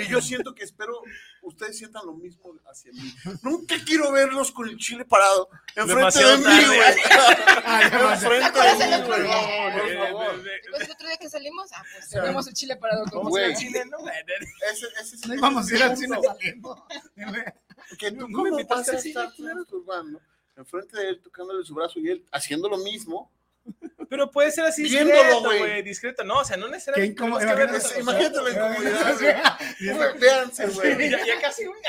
Y yo siento que espero ustedes sientan lo mismo hacia mí. Nunca quiero verlos con el chile parado enfrente Demasiado de mí, tarde. Ah, güey. ¿Te acuerdas el Enfrente de mí, otro güey. día? Por favor. Pues el otro día que salimos, ah, pues tenemos el chile parado con Vamos a ir al Güey. Chile, ¿no? Ese, ese es el Vamos a ir al cine punto, saliendo. Dile, Que tú me cómo vas invitaste a al cine, estar masturbando enfrente de él, tocándole su brazo y él haciendo lo mismo. Pero puede ser así Viéndolo, discreto, güey. güey. Discreto, no, o sea, no Qué necesariamente. incómodo. tenemos que vernos imagínate, a los imagínate. ojos. la incomodidad, Dice, Véanse, Y güey. Oh, Ya, ya casi, güey.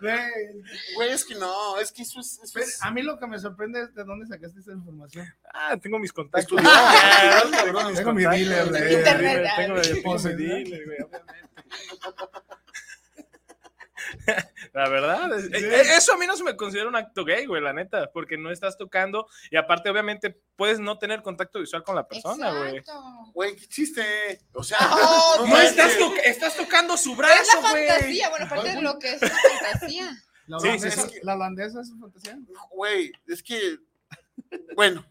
"Güey, Güey, es que no, es que eso es. Eso Pero es A mí lo que me sorprende es de dónde sacaste esa información. Ah, tengo mis contactos. estudiar, Ah, estudiar, cabrón, Tengo mi dealer, güey. güey. Internet. Tengo ah. mi- tengo mi Sí, dealer, güey, obviamente. La verdad, es- eh, eso a mí no se me considera un acto gay, güey, la neta, porque no estás tocando y aparte, obviamente, puedes no tener contacto visual con la persona, güey. Exacto. Güey, qué chiste. O sea, Ah, No manches. estás, to- estás tocando su Es brazo, la güey. fantasía, bueno, aparte de lo que es una fantasía. La Sí, sí, holandesa, sí. la holandesa es su fantasía. Güey, es que. Bueno,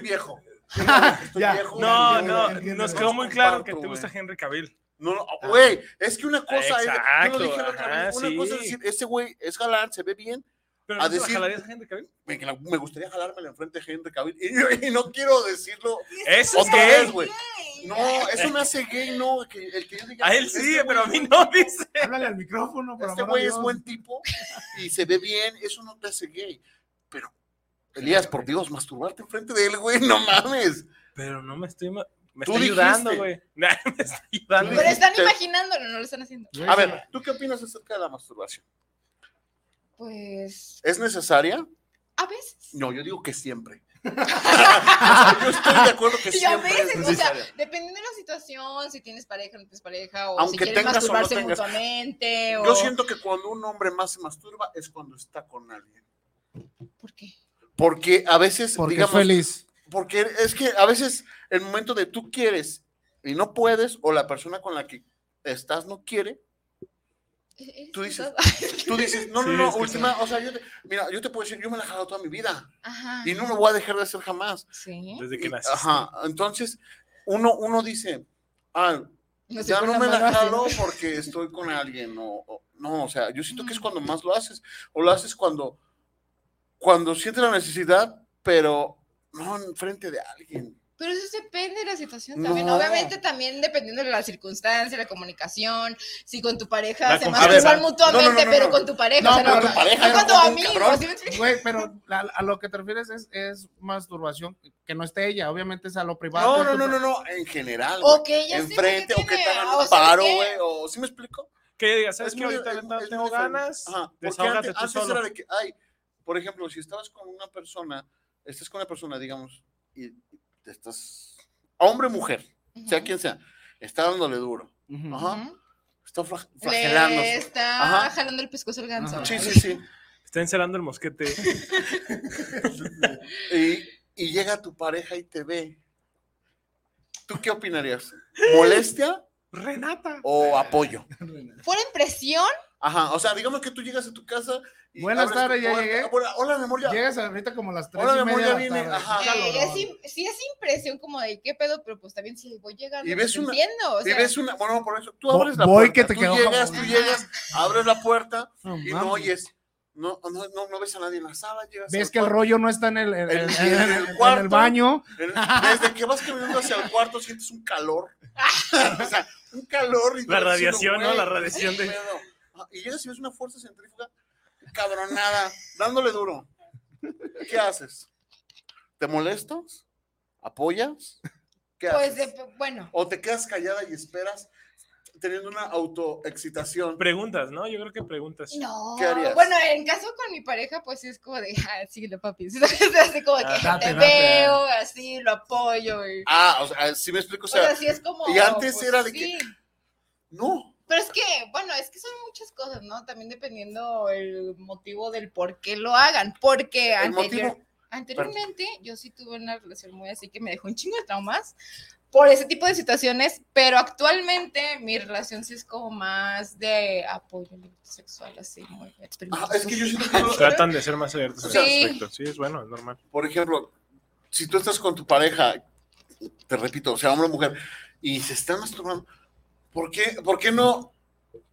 viejo. Estoy Ya. viejo. No, güey. no, Entiendo, nos güey. quedó muy claro que Comparto, te güey. gusta Henry Cavill. No, no, güey, es que una cosa es. Yo Exacto, lo dije la otra ajá, vez, Una sí. cosa es decir, ese güey es galán, se ve bien. Pero A ¿no te la decir- jalarías a Henry Cavill? Me, me gustaría jalármela enfrente de Henry Cavill. Y, y no quiero decirlo Eso es otra vez, gay. güey. No, eso me hace gay, no. que- el que yo diga, A él sí, este pero a güey mí es no dice. Háblale al micrófono, por este amor a güey es Dios. buen tipo y se ve bien, eso no te hace gay. Pero, Elías, por Dios, masturbarte enfrente de él, güey, no mames. Pero no me estoy. ma- Me Tú está ayudando, dijiste. güey. Nah, me está ayudando. Pero están Te- imaginándolo, no lo están haciendo. A ver, ¿tú qué opinas acerca de la masturbación? Pues, ¿Es necesaria? a veces. No, yo digo que siempre. yo estoy de acuerdo que Y a siempre es veces, o sea, necesaria. dependiendo de la situación, si tienes pareja o no tienes pareja, o Aunque si quieren tengas o no masturbarse tengas. mutuamente, o... Yo siento que cuando un hombre más se masturba es cuando está con alguien. ¿Por qué? Porque a veces, Porque digamos, feliz. porque es que a veces el momento de tú quieres y no puedes, o la persona con la que estás no quiere, Eh, Tú eh, dices- todo- tú dices, no, no, Sí, no, es que última, o sea, yo te, mira, yo te puedo decir, yo me la he jalado toda mi vida Ajá. y no lo voy a dejar de hacer jamás. Sí. Desde que Y- naciste. Ajá, entonces uno, uno dice, ah, sé ya con no me mano la así. jalo porque estoy con alguien. O, o- no, o sea, yo siento que es cuando más lo haces. O lo haces cuando, cuando sientes la necesidad, pero no en frente de alguien. Pero eso depende de la situación también. No. Obviamente también dependiendo de la circunstancia, la comunicación, si con tu pareja La se confianza. A masturban ver, mutuamente, no, no, no, no, pero no. con tu pareja, No, o sea, pero no, con tu pareja, no no con tu con un amigo. cabrón. ¿sí me explico? Güey, pero la- a lo que te refieres es, es masturbación, que no esté ella, obviamente es a lo privado. No, con no, tu- no, no, no, en general. O güey. que ella sepa Enfrente, o que tiene- te hagan o un ¿sabes paro, qué? güey, o ¿sí me explico? Que digas, ¿sabes Es qué? muy- Ahorita es- no es muy tengo diferente. ganas. Ajá, porque Desahógate antes, tú antes era solo. de que, ay, por ejemplo, si estabas con una persona, estás con una persona, digamos, y te estás, hombre o mujer, sea Ujú. quien sea, está dándole duro. Ujú. Ajá. Ujú. Está fla- Le flagelándose. está Ajá. jalando el pescuezo al ganso. Ajá. Sí, sí, sí. Está encerrando el mosquete. Y, y llega tu pareja y te ve. ¿Tú qué opinarías? ¿Molestia Renata. o apoyo? ¿Por impresión? Ajá, o sea, digamos que tú llegas a tu casa y Buenas abres tu tardes, ya puerta. llegué. Hola, hola, mi amor, ya. Llegas ahorita como a las tres Hola, mi y amor, media ya de la vine. tarde. Ajá. Está eh, calorón. es im- sí es impresión como de qué pedo, pero pues también si voy llegando. Y pues, ves una- entiendo. o Y sea, ves una, bueno, por eso, tú Vo- abres la voy puerta. que te tú quedó llegas, tú jamón. llegas, abres la puerta No y no mames. oyes. No, no, no, no ves a nadie en la sala, llegas Ves al que el cuarto. rollo no está en el, en- En- en- en en- el en el cuarto. baño. Desde que vas caminando hacia el cuarto sientes un calor. o sea, un calor. Y La tú vas diciendo, radiación, ¿no? La "Güey, radiación qué de- pedo". Ajá, Y llegas y ves una fuerza centrífuga cabronada, dándole duro. ¿Qué haces? ¿Te molestas? ¿Apoyas? ¿Qué Pues haces? de- bueno, ¿O te quedas callada y esperas teniendo una autoexcitación? Preguntas, ¿no? Yo creo que preguntas. no. ¿Qué harías? Bueno, en caso con mi pareja, pues sí es como de, ah, sí, lo papi. ¿sabes? así como de que Ah, date, te date. veo, así, lo apoyo. Y, Ah, o sea, sí me explico, o o sea, sea, sí es como. pues, y antes era de que- sí. no. Pero es que, bueno, es que son muchas cosas, ¿no? También dependiendo el motivo del por qué lo hagan. Porque El anterior- motivo, anteriormente yo sí tuve una relación muy así que me dejó un chingo de traumas por ese tipo de situaciones, pero actualmente mi relación sí es como más de apoyo sexual, así, muy ah, experimental. es que yo siento que, no- Tratan de ser más abiertos en Sí. ese aspecto. Sí, es bueno, es normal. por ejemplo, si tú estás con tu pareja, te repito, sea hombre o mujer, y se están masturbando, ¿por qué, por qué no?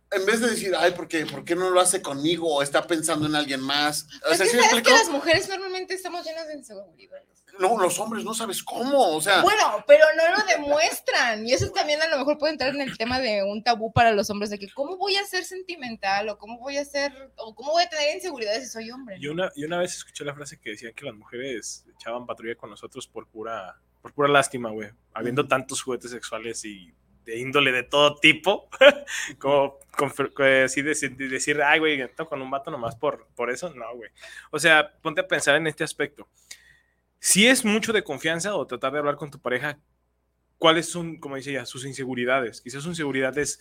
En vez de decir, ay, ¿por qué, ¿por qué no lo hace conmigo? O está pensando en alguien más. O Es sea, que ¿sí me sabes que explico? las mujeres normalmente estamos llenas de inseguridades. Luego los hombres no sabes cómo, o sea, Bueno, pero no lo demuestran. Y eso también a lo mejor puede entrar en el tema de un tabú para los hombres, de que cómo voy a ser sentimental o cómo voy a ser, o cómo voy a tener inseguridades si soy hombre. Y una, y una vez escuché la frase que decían que las mujeres echaban patrulla con nosotros por pura, por pura lástima, güey. Habiendo tantos juguetes sexuales y de índole de todo tipo, como confer- que así decir, decir, ay, güey, esto con un vato nomás por, por eso, no, güey. O sea, ponte a pensar en este aspecto. Si es mucho de confianza o tratar de hablar con tu pareja, ¿cuáles son, como dice ella, sus inseguridades? Quizás su inseguridad es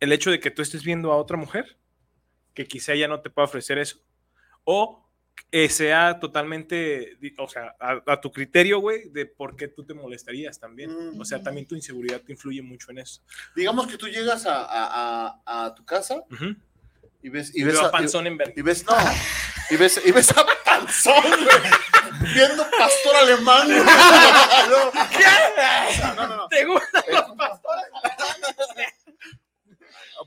el hecho de que tú estés viendo a otra mujer, que quizá ella no te pueda ofrecer eso o eh, sea totalmente, di- o sea, a, a tu criterio, güey, de por qué tú te molestarías también. Mm. O sea, también tu inseguridad te influye mucho en eso. digamos que tú llegas a, a- a- a tu casa y ves, y Y ves veo a a- y- Panzón en Y verde. ves, no. Y ves, y ves a Panzón, güey, Viendo pastor alemán. güey. No, no, no, no. ¿Te gusta?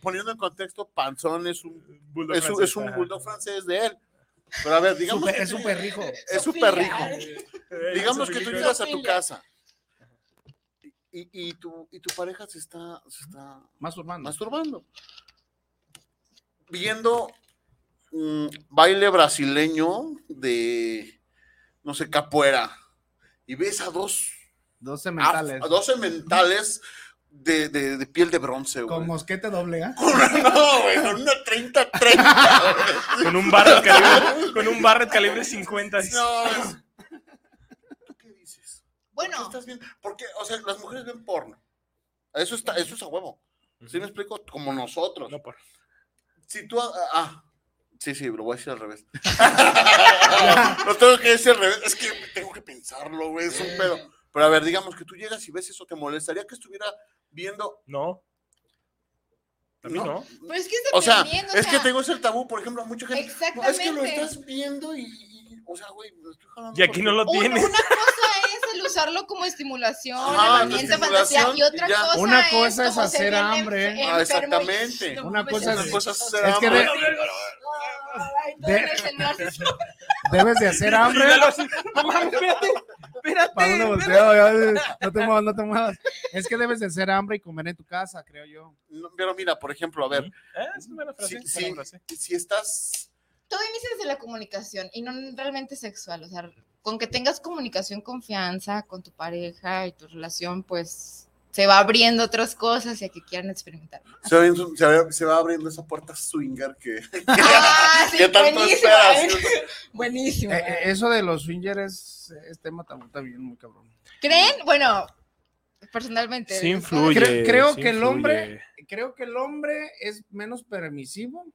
Poniendo en contexto, Panzón es un, Bulldog es, un- francés, es un ajá. bulldog francés de él. Pero a ver, digamos Súper- que es tú- súper rico. es súper rico. Eh, Digamos ese que tú película- llegas a tu Zoofilia. casa y, y, tu, y tu pareja se está, se está Más urbano. masturbando. Viendo mm, baile brasileño de, no sé, capoeira. Y ves a dos Dos mentales. Ah, A, 12 mentales de, de- de piel de bronce, güey. Con mosquete doble, ¿ah? No, güey, con una 30-30. Con un Barrett calibre, con un Barrett calibre 50. güey. dice. No, es- ¿Tú ¿Qué dices? ¿Qué Bueno, estás viendo? Porque, o sea, las mujeres ven porno. Eso, está, pues. eso es a huevo. ¿Sí me explico? Como nosotros. No, por- Si tú. ah, ah, Sí, sí, lo voy a decir al revés. lo tengo que decir al revés. Es que tengo que pensarlo, güey. Es un pedo. Pero a ver, digamos que tú llegas y ves eso, ¿te molestaría que estuviera viendo? No. A mí No. no. Pero es que es O sea, dependiendo, o es que sea, tengo ese tabú, por ejemplo, a mucha gente. No, es que lo Exactamente. estás viendo y. y- o sea, güey, lo estoy jalando. Y aquí no lo un- una, tienes. cosa es el usarlo como estimulación, Ajá, herramienta, Ah, la fantasía, y estimulación, otra ya. cosa Una cosa es como ser hacer bien hambre. enfer- Ah, enfermo y- exactamente. No, Una pues, cosa entonces- Cosas será, Es que güey. de- Ay, todo en el celular se escucha. Debes de hacer hambre. Para uno volteo, ya, no te muevas, no te muevas. Es que debes de hacer hambre y comer en tu casa, creo yo. No, Pero mira, por ejemplo, a ver, Eh, es una buena frase. Sí, buena sí. frase. si estás. Todo inicia desde la comunicación y no realmente sexual, o sea, con que tengas comunicación, confianza con tu pareja y tu relación, pues se va abriendo otras cosas y a que quieran experimentar. Se va, abriendo- se va- se va abriendo esa puerta swinger que. Ah, sí, ¿Qué tanto buenísimo. esperas? ¿eh? Buenísimo. Eh, eh, eso de los swingers es, es tema tabú también muy cabrón. ¿Creen? Bueno, personalmente. Sí ¿no? influye. Creo- creo sí que el influye. hombre- Creo que el hombre es menos permisivo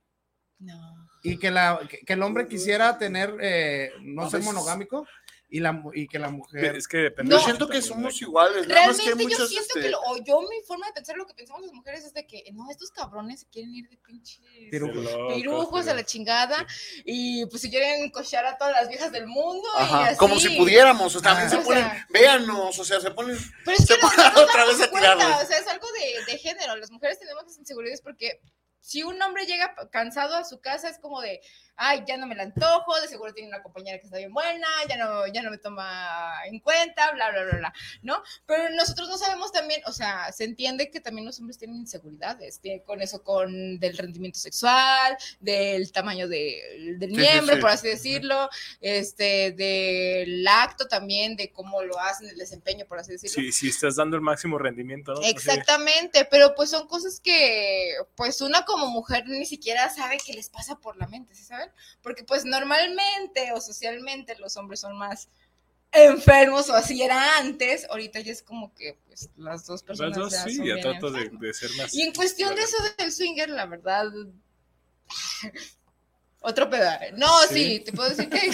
No. y que, la, que, que el hombre quisiera tener, eh, no A ser veces- monogámico y, la, mu- y que la mujer... Es que depende. No. Yo siento que somos iguales. nada más que hay Realmente yo muchas, siento este, que, lo- o yo mi forma de pensar lo que pensamos las mujeres es de que, no, estos cabrones se quieren ir de pinches Piru- pirujos a la chingada y pues si quieren cochar a todas las viejas del mundo. y Ajá, así. como si pudiéramos, o sea, Ah. también se O ponen, sea. véanos, o sea, se ponen, Pero es se que las ponen mujeres otra nos vez a damos cuenta, tirarnos. O sea, es algo de, de género. Las mujeres tenemos esas inseguridades porque si un hombre llega p- cansado a su casa es como de, ay, ya no me la antojo, de seguro tiene una compañera que está bien buena, ya no, ya no me toma en cuenta, bla, bla, bla, bla, ¿no? Pero nosotros no sabemos también, o sea, se entiende que también los hombres tienen inseguridades, tiene- con eso, con del rendimiento sexual, del tamaño de- del Sí, sí, miembro, sí. por así decirlo, este, del acto también, de cómo lo hacen, el desempeño, por así decirlo. Si, si estás dando el máximo rendimiento, ¿no? Así de- Exactamente, pero pues son cosas que pues una como mujer ni siquiera sabe que les pasa por la mente, ¿sí saben? Porque pues normalmente o socialmente los hombres son más enfermos o así era antes, ahorita ya es como que pues las dos personas Las dos ya sí, son ya bien tratas de, enfermos. de ser más. Y en cuestión de eso del swinger, la verdad otro pedal. No, sí. Sí. te puedo decir que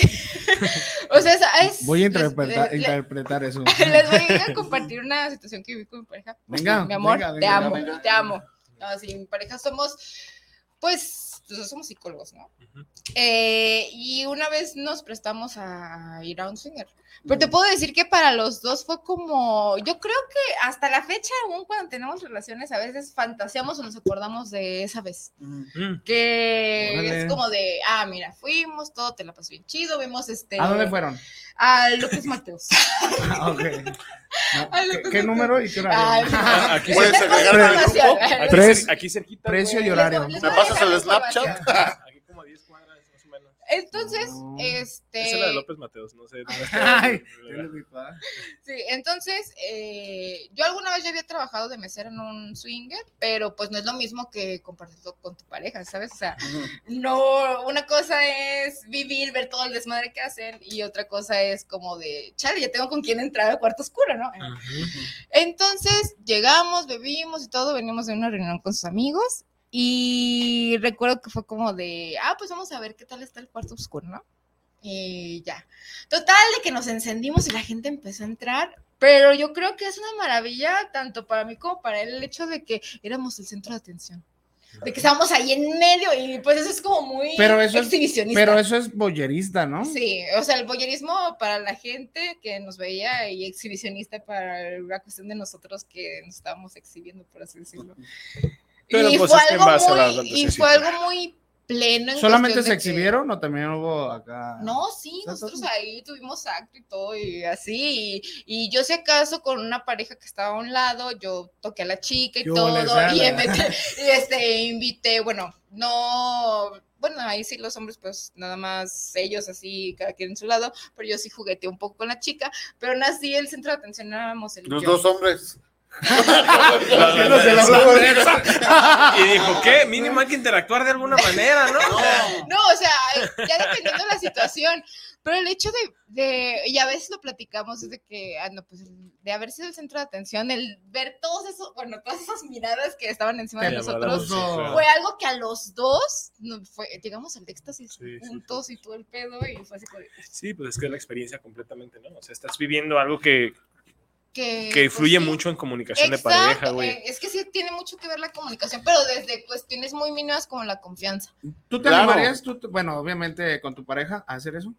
o sea, es, es- eh, Voy a les- interpretar, le- interpretar eso. les voy a compartir una situación que viví con mi pareja. Venga, Mi amor, venga, te venga, amo, venga. te amo. No, sí, mi pareja somos, pues, los dos somos psicólogos, ¿no? Ujú. Eh, y una vez nos prestamos a ir a un swinger. Pero te puedo decir que para los dos fue como, yo creo que hasta la fecha, aún cuando tenemos relaciones, a veces fantaseamos o nos acordamos de esa vez. Mm, Mm. Que Órale. es como de, ah, mira, fuimos, todo te la pasó bien chido, vimos este... ¿A dónde fueron? A López Mateos. Ah, ok. No, Ay, lo ¿qué- que ¿Qué me- número y qué Ay, horario? Ah, aquí, ¿Puedes cerca- agregar al grupo? aquí Tres. cer- aquí cerquita. Precio güey. y horario. Les ¿Me voy a pasas dejar la el información. Snapchat? Aquí como a 10 cuadras más o menos. Entonces, No. este. Esa es la de López Mateos, no sé. no sé. Ay. Sí, entonces, eh, yo alguna vez ya había trabajado de mesera en un swinger, pero pues no es lo mismo que compartirlo con tu pareja, ¿sabes? O sea, mm. no, una cosa es vivir, ver todo el desmadre que hacen, y otra cosa es como de, chale, ya tengo con quién entrar al cuarto oscuro, ¿no? Entonces llegamos, bebimos y todo, venimos de una reunión con sus amigos y recuerdo que fue como de, ah, pues vamos a ver qué tal está el cuarto oscuro, ¿no? Y ya. Total, de que nos encendimos y la gente empezó a entrar. Pero yo creo que es una maravilla, tanto para mí como para él, el hecho de que éramos el centro de atención. De que estábamos ahí en medio y pues eso es como muy Pero eso es- exhibicionista. Pero eso es boyerista, ¿no? Sí, o sea, el boyerismo para la gente que nos veía y exhibicionista para la cuestión de nosotros que nos estábamos exhibiendo, por así decirlo. Pero, y pues, fue, es que en algo base a la muy, y fantasía. fue algo muy pleno. en ¿Solamente cuestión se de que- exhibieron o también hubo acá? No, sí, Ah. O sea, nosotros todo- ahí tuvimos acto y todo y así. Y, y yo, si acaso, con una pareja que estaba a un lado, yo toqué a la chica y ¿Qué todo. hubo, les Y, ala? metí- y, este, invité, bueno, no. Bueno, ahí sí los hombres, pues nada más ellos así, cada quien en su lado, pero yo sí jugueteé un poco con la chica, pero aún así el centro de atención éramos el Los yo. dos hombres. La- la- la- Los la- dos hombres. Y dijo, ¿qué? Mínimo hay que interactuar de alguna manera, ¿no? No. No, o sea, ya dependiendo de la situación. Pero el hecho de, de, y a veces lo platicamos, es de que, ah, no, pues, de haber sido el centro de atención, el ver todos esos, bueno, todas esas miradas que estaban encima de Sí, nosotros, sí, claro. fue algo que a los dos, no, fue, llegamos al éxtasis Sí, sí, juntos y todo el pedo, y fue así como de, Sí, pues es que es la experiencia completamente, ¿no? O sea, estás viviendo algo que, que... que pues, influye sí. mucho en comunicación de Exacto, pareja, güey. eh, Es que sí tiene mucho que ver la comunicación, pero desde cuestiones muy mínimas como la confianza. ¿Tú te Claro. animarías, tú te- bueno, obviamente con tu pareja, a hacer eso?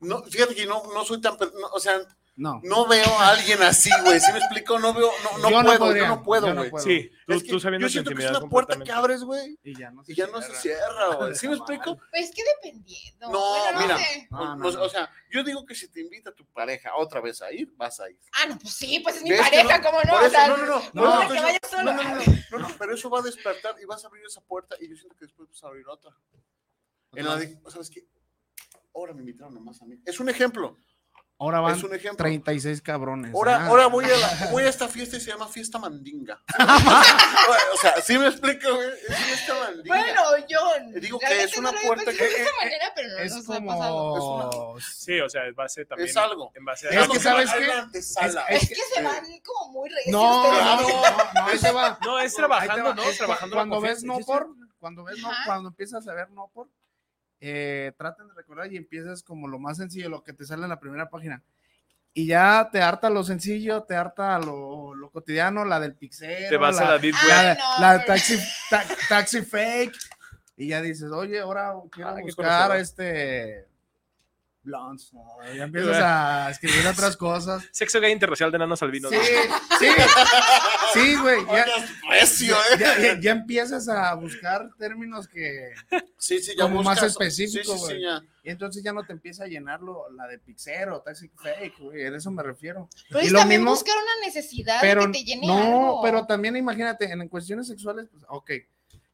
No, fíjate que no, no soy tan. per- no, o sea, No. no veo a alguien así, güey. ¿Sí me explico? No veo. No, no Yo no puedo, podría, yo no yo puedo, no güey. puedo. Sí, tú, Es que tú sabiendo yo tu siento que es intimidad una puerta que completamente. abres, güey, Y ya no se y ya no se cierra. cierra, güey. ¿Sí me explico? Pues es que dependiendo. No, Bueno, mira. sé. No, no, o, no. o sea, yo digo que si te invita tu pareja otra vez a ir, vas a ir. Ah, no, pues sí, pues es mi ¿Ves que pareja, no? ¿cómo no? Por O eso, sea, no, no, no, no, no, no, que yo- vaya solo. no, no, no, no, no, pero eso va a despertar y vas a abrir esa puerta y yo siento que después vas a abrir otra. En la de, ¿sabes qué? Ahora me invitaron nomás a mí. Es un ejemplo, Ahora van es un ejemplo. 36 cabrones. Ahora, Ah. ahora voy, a la- voy a esta fiesta y se llama Fiesta Mandinga. o sea, sí me explico, güey. Es Fiesta Mandinga. Bueno, yo. Te digo que realmente es una no lo había puerta pensado que- De esa eh, manera, pero no Es nos ha pasado. como... Sí, o sea, en base también. es algo. En base a. Es que, ¿sabes qué? Antesala. Es que se Eh, van como muy reyes. No, ustedes. no, no, ahí te va. No, es Ahí te trabajando, va. ¿no? Es que trabajando la cuando ves confianza. no Sí, sí. por, cuando ves no, Ajá. cuando empiezas a ver no por, eh, traten de recordar y empiezas como lo más sencillo, lo que te sale en la primera página. Y ya te harta lo sencillo, te harta lo, lo cotidiano, la del pixel. Te vas a la deep web. Ah, la, no, la pero- taxi, ta- taxi fake. Y ya dices, oye, ahora quiero Ah, qué buscar conocedor. este. Blondes. no, ya empiezas a escribir otras cosas. Sexo gay interracial de Nano Salvino. Sí, ¿no? sí, sí, güey. Ya, oigas, Precio, ya- ¿eh? ya- ya empiezas a buscar términos que. Sí, sí, ya como más buscas- específico, Sí, sí, sí, güey. ya. y entonces ya no te empieza a llenar lo- la de pixero, taxi fake, güey. De eso me refiero. Pero Y es lo también mismo- buscar una necesidad pero que te llene no, algo. pero también imagínate, en cuestiones sexuales, pues, ok,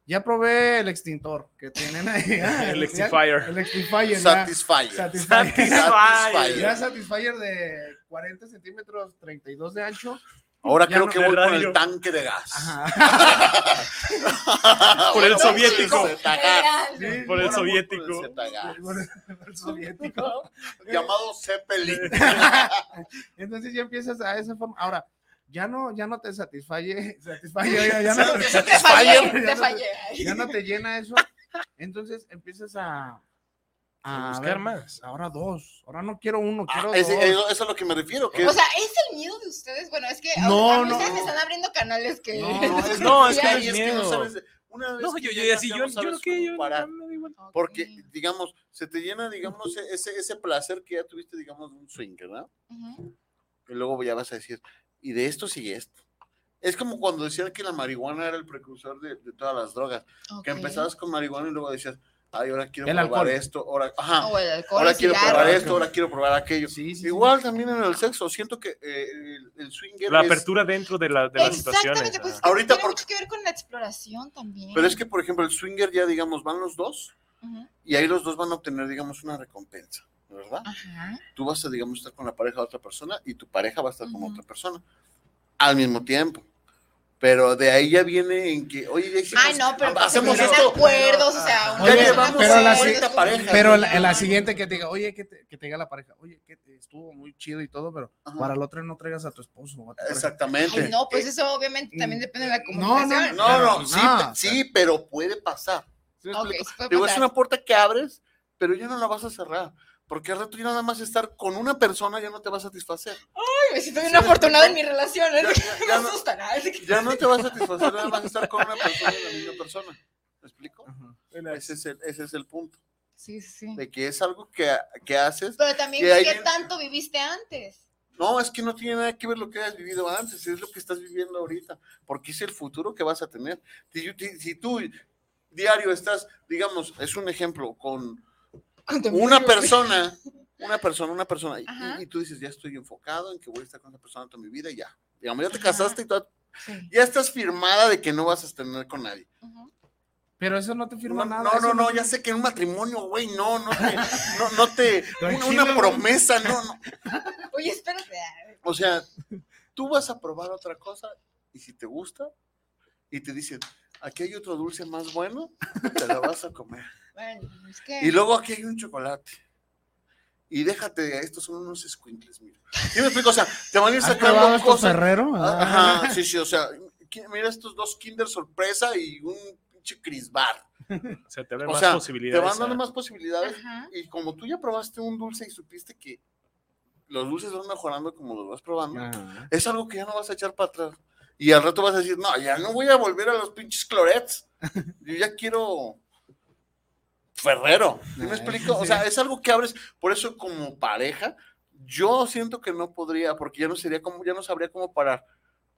ya probé el extintor que tienen ahí. ya, El Ah, Extinfire. El Extinfire. ya. Satisfyer. Satisfyer. Satisfyer. Ya Satisfyer de 40 centímetros, 32 de ancho. Ahora Ya creo no- que voy con radio. el tanque de gas. Ajá. Ahora Por el voy con soviético. Zetagas. Real. Sí, Por el Ahora voy con el soviético. Zetagas. Bueno, el soviético. Llamado Zeppelin. Entonces ya empiezas a esa forma. Ahora, ya no, ya no te satisfaye, satisfaye, ya, ya no, Te fallé, te fallé. ya no te llena eso. Entonces empiezas a, A buscar más. Ahora dos. Ahora no quiero uno, quiero Ah, ese- dos. eso, eso es lo que me refiero. Que O sea, es el miedo de ustedes. Bueno, es que a- No, a no, ustedes no. les están abriendo canales que. No, no, es, No, es que ahí no es miedo. sabes- una vez No, que yo, yo, llegas, así, ya yo, no yo sabes lo que cómo yo. parar. no me da igual. Porque, Ok. digamos, se te llena, digamos, ese, ese placer que ya tuviste, digamos, de un swing, ¿verdad? Ujú. Y luego ya vas a decir, y de esto sigue esto. Es como cuando decían que la marihuana era el precursor de, de todas las drogas. Que Ok. empezabas con marihuana y luego decías, ay, ahora quiero El probar alcohol. esto, ahora, ajá, Ah, O el alcohol, ahora el quiero cigarro. probar esto, ahora quiero probar aquello. Sí, sí, sí. Igual también en el sexo, siento que eh, el, el swinger La es- apertura dentro de, la, de las situaciones. Exactamente, pues es ah. que Ahorita tiene por- mucho que ver con la exploración también. Pero es que, por ejemplo, el swinger ya, digamos, van los dos Ujú, y ahí los dos van a obtener, digamos, una recompensa, ¿verdad? Ajá. Tú vas a, digamos, estar con la pareja de otra persona y tu pareja va a estar con Ujú. otra persona al mismo tiempo. Pero de ahí ya viene en que, oye, ya hicimos- Ay, no, pero entonces hacemos se ponen esto. acuerdos, o sea, Ya una persona llevamos puede pero la hacer si- esto con pareja. Pero otra. la, la siguiente que te diga, oye, que te, que te diga la pareja, oye, que te- estuvo muy chido y todo, pero Ajá. para el otro no traigas a tu esposo. o a tu pareja. Exactamente. Ay, no, pues eso obviamente también depende de la No, no, comunicación. Eh, no, no, no, sí, no, pe- o sea- sí, pero puede pasar. ¿Sí me Ok, explico? se puede Digo, es pasar. una puerta que abres, pero ya no la vas a cerrar. Porque al rato ya nada más estar con una persona ya no te va a satisfacer. Ay, me siento bien afortunada en mi relación. ¿eh? Ya- ya- Me ya no- asustan, ay, de que- ya no te vas a satisfacer nada más estar con una persona y la misma persona. ¿Me explico? Ajá. Ese es el, ese es el punto. Sí, sí. sí. De que es algo que, que haces. Pero también, Y ahí ¿qué viene- tanto viviste antes? No, es que no tiene nada que ver lo que has vivido antes, es lo que estás viviendo ahorita, porque es el futuro que vas a tener. Si, yo- si- si tú diario estás, digamos, es un ejemplo, con una persona, una persona, una persona, y- Ajá. y, tú dices, ya estoy enfocado en que voy a estar con esa persona toda mi vida, y ya. Digamos, ya te Ajá. casaste y toda- Sí. ya estás firmada de que no vas a tener con nadie. Ujú. Pero eso no te firma No, nada. no, eso no, no, te- ya sé que en un matrimonio, güey, no, no te, no, no te, una, Tranquila, una güey. promesa, no, no. Oye, espérate. ah, ay, O sea, tú vas a probar otra cosa y si te gusta y te dicen, aquí hay otro dulce más bueno, te lo vas a comer. Bueno, es que. Y luego aquí hay un chocolate. Y déjate, estos son unos squinkles, mira. Yo me explico, o sea, te van a ir ¿Has probado sacando esto cosas. pues, Ferrero? Ah. Ajá, sí, sí, o sea, qui- mira estos dos Kinder sorpresa y un pinche crisbar. O sea, te abren O más sea, te posibilidades. van dando a- más posibilidades Ajá. y como tú ya probaste un dulce y supiste que los dulces van mejorando como los vas probando, Ah. es algo que ya no vas a echar para atrás. Y al rato vas a decir, no, ya no voy a volver a los pinches clorets. Yo ya quiero Ferrero. ¿Sí me Ay, explico? O sí. sea, es algo que abres. Por eso, como pareja, yo siento que no podría, porque ya no sería como, ya no sabría cómo parar.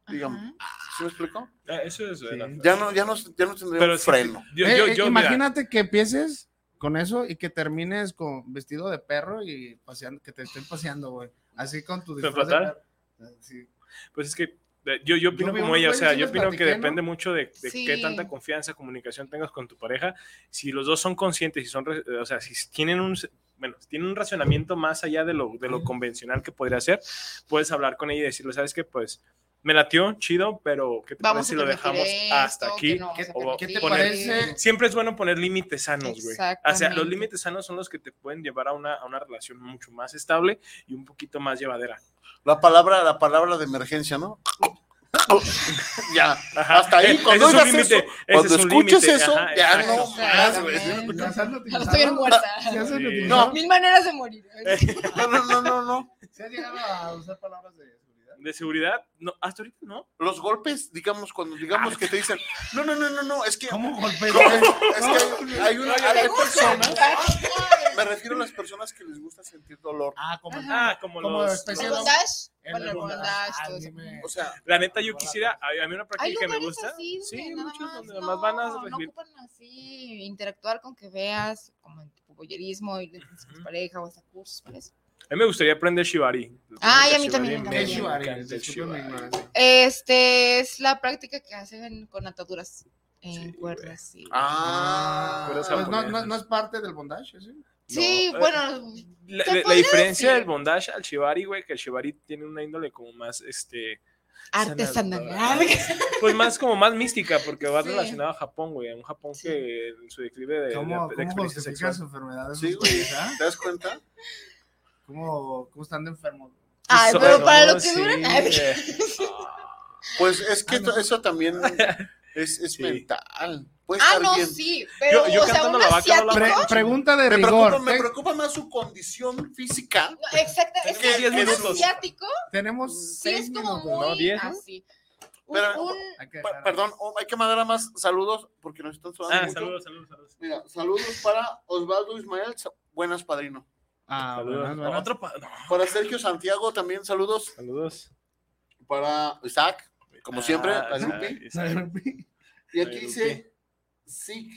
Digamos, ¿sí me explico? Ah, eso es verdad. Ya no, ya no, ya no tendría Pero un sí, freno. Yo, Eh, yo, eh, yo, mira, imagínate que empieces con eso y que termines con vestido de perro y paseando, que te estén paseando, güey. Así con tu ¿Te disfraz de flotara? perro. Sí. pues es que eh, yo, yo opino vi como unos ella, o güeyes, sea, sí yo les opino que platiqué, ¿no? depende mucho de, de Sí. qué tanta confianza, comunicación tengas con tu pareja. Si los dos son conscientes y son, re- eh, o sea, si tienen un, bueno, si tienen un racionamiento más allá de lo, de lo convencional que podría ser, puedes hablar con ella y decirle, ¿sabes qué? Pues me latió, chido, pero ¿qué te parece Vamos a si lo dejamos permitir esto, hasta que aquí? no vamos a o- ¿Qué te permitir. parece? Siempre es bueno poner límites sanos, güey. O sea, los Exactamente. límites sanos son los que te pueden llevar a una, a una relación mucho más estable y un poquito más llevadera. La palabra, la palabra de emergencia, ¿no? ya, Ajá. hasta ahí. E- Cuando, ese es oigas un límite, eso, ese cuando es un escuches límite, eso, ajá, ya exacto. no más, güey. ¿sí me explico? Exactamente. ¿Las han Ya lo utilizado? estuvieron muerta. ¿Ya se han Sí. utilizado? Mil maneras de morir. No, no, no, no, no. ¿Se han llegado a usar palabras de seguridad? De seguridad, no, hasta ahorita no. Los golpes, digamos, cuando Ah, digamos que te dicen, no, no, no, no, no, es que, ¿Cómo golpes? es que hay, hay una, hay personas, me refiero a las personas que les gusta sentir dolor. Ah, como Ah, como Como los. pues, especie los- de- Bondage. el Bueno, el bondage. bondage, Ah, todo eso. dime. O sea, La neta, yo quisiera. A a mí una Hay práctica que me lugares gusta. así, güey, sí, nada muchos más, donde no, nomás van a no recibir. ocupan así interactuar con que veas como en tu boyerismo y le dices a tu Ujú. pareja o hasta cursos para eso. A mí me gustaría aprender Shibari. Ay, a mí Shibari también, me también. encanta Shibari, el disculpen mi shibari. ignorancia. Este es la práctica que hacen con ataduras en Sí, cuerdas. Sí, ah, Cuerdas Pues no, no, japonesas. no es parte del bondage, ¿sí? sí No, eh, bueno, La, Se la- la podría diferencia decir. del bondage al shibari, güey, que el shibari tiene una índole como más, este, artesanal. sanadora. pues más como más mística, porque va Sí. relacionado a Japón, güey, a un Japón Sí. que en su declive de, de- ¿Cómo, de cómo experiencia justifican sexual. sus enfermedades? Sí, güey. ustedes, ah? ¿te das cuenta? ¿Cómo, ¿Cómo están de enfermos? Ay, So- pero para no, lo que Pues, sí, duran. ah, eh. Pues es que to- eso también es, es Ah, Sí. mental. Puede Ah, estar no, bien. sí, pero Yo- yo o sea, cantando un la vaca no la asiático. Pre- Pre- pregunta de Me preocupa, rigor. me ¿eh? Te- preocupa más su condición física. No, Exacto, es Tenemos que diez un minutos. asiático tenemos sí seis es como minutos. ¿no? muy Diez, ¿no? así. Un, Pero- un- Hay que Pa- dejar- perdón, oh, hay que mandar a más saludos porque nos están sudando Ah, mucho. saludos, saludos, saludos. Mira, saludos para Osvaldo Ismael. sa- Buenas, padrino. Ah, Saludos. buenas, buenas. Otro pa- no, Para Sergio Santiago también saludos. saludos. Para Isaac, como siempre, Ah, la Grupi. Ah, sí, sí. Y la aquí Grupi. dice Sig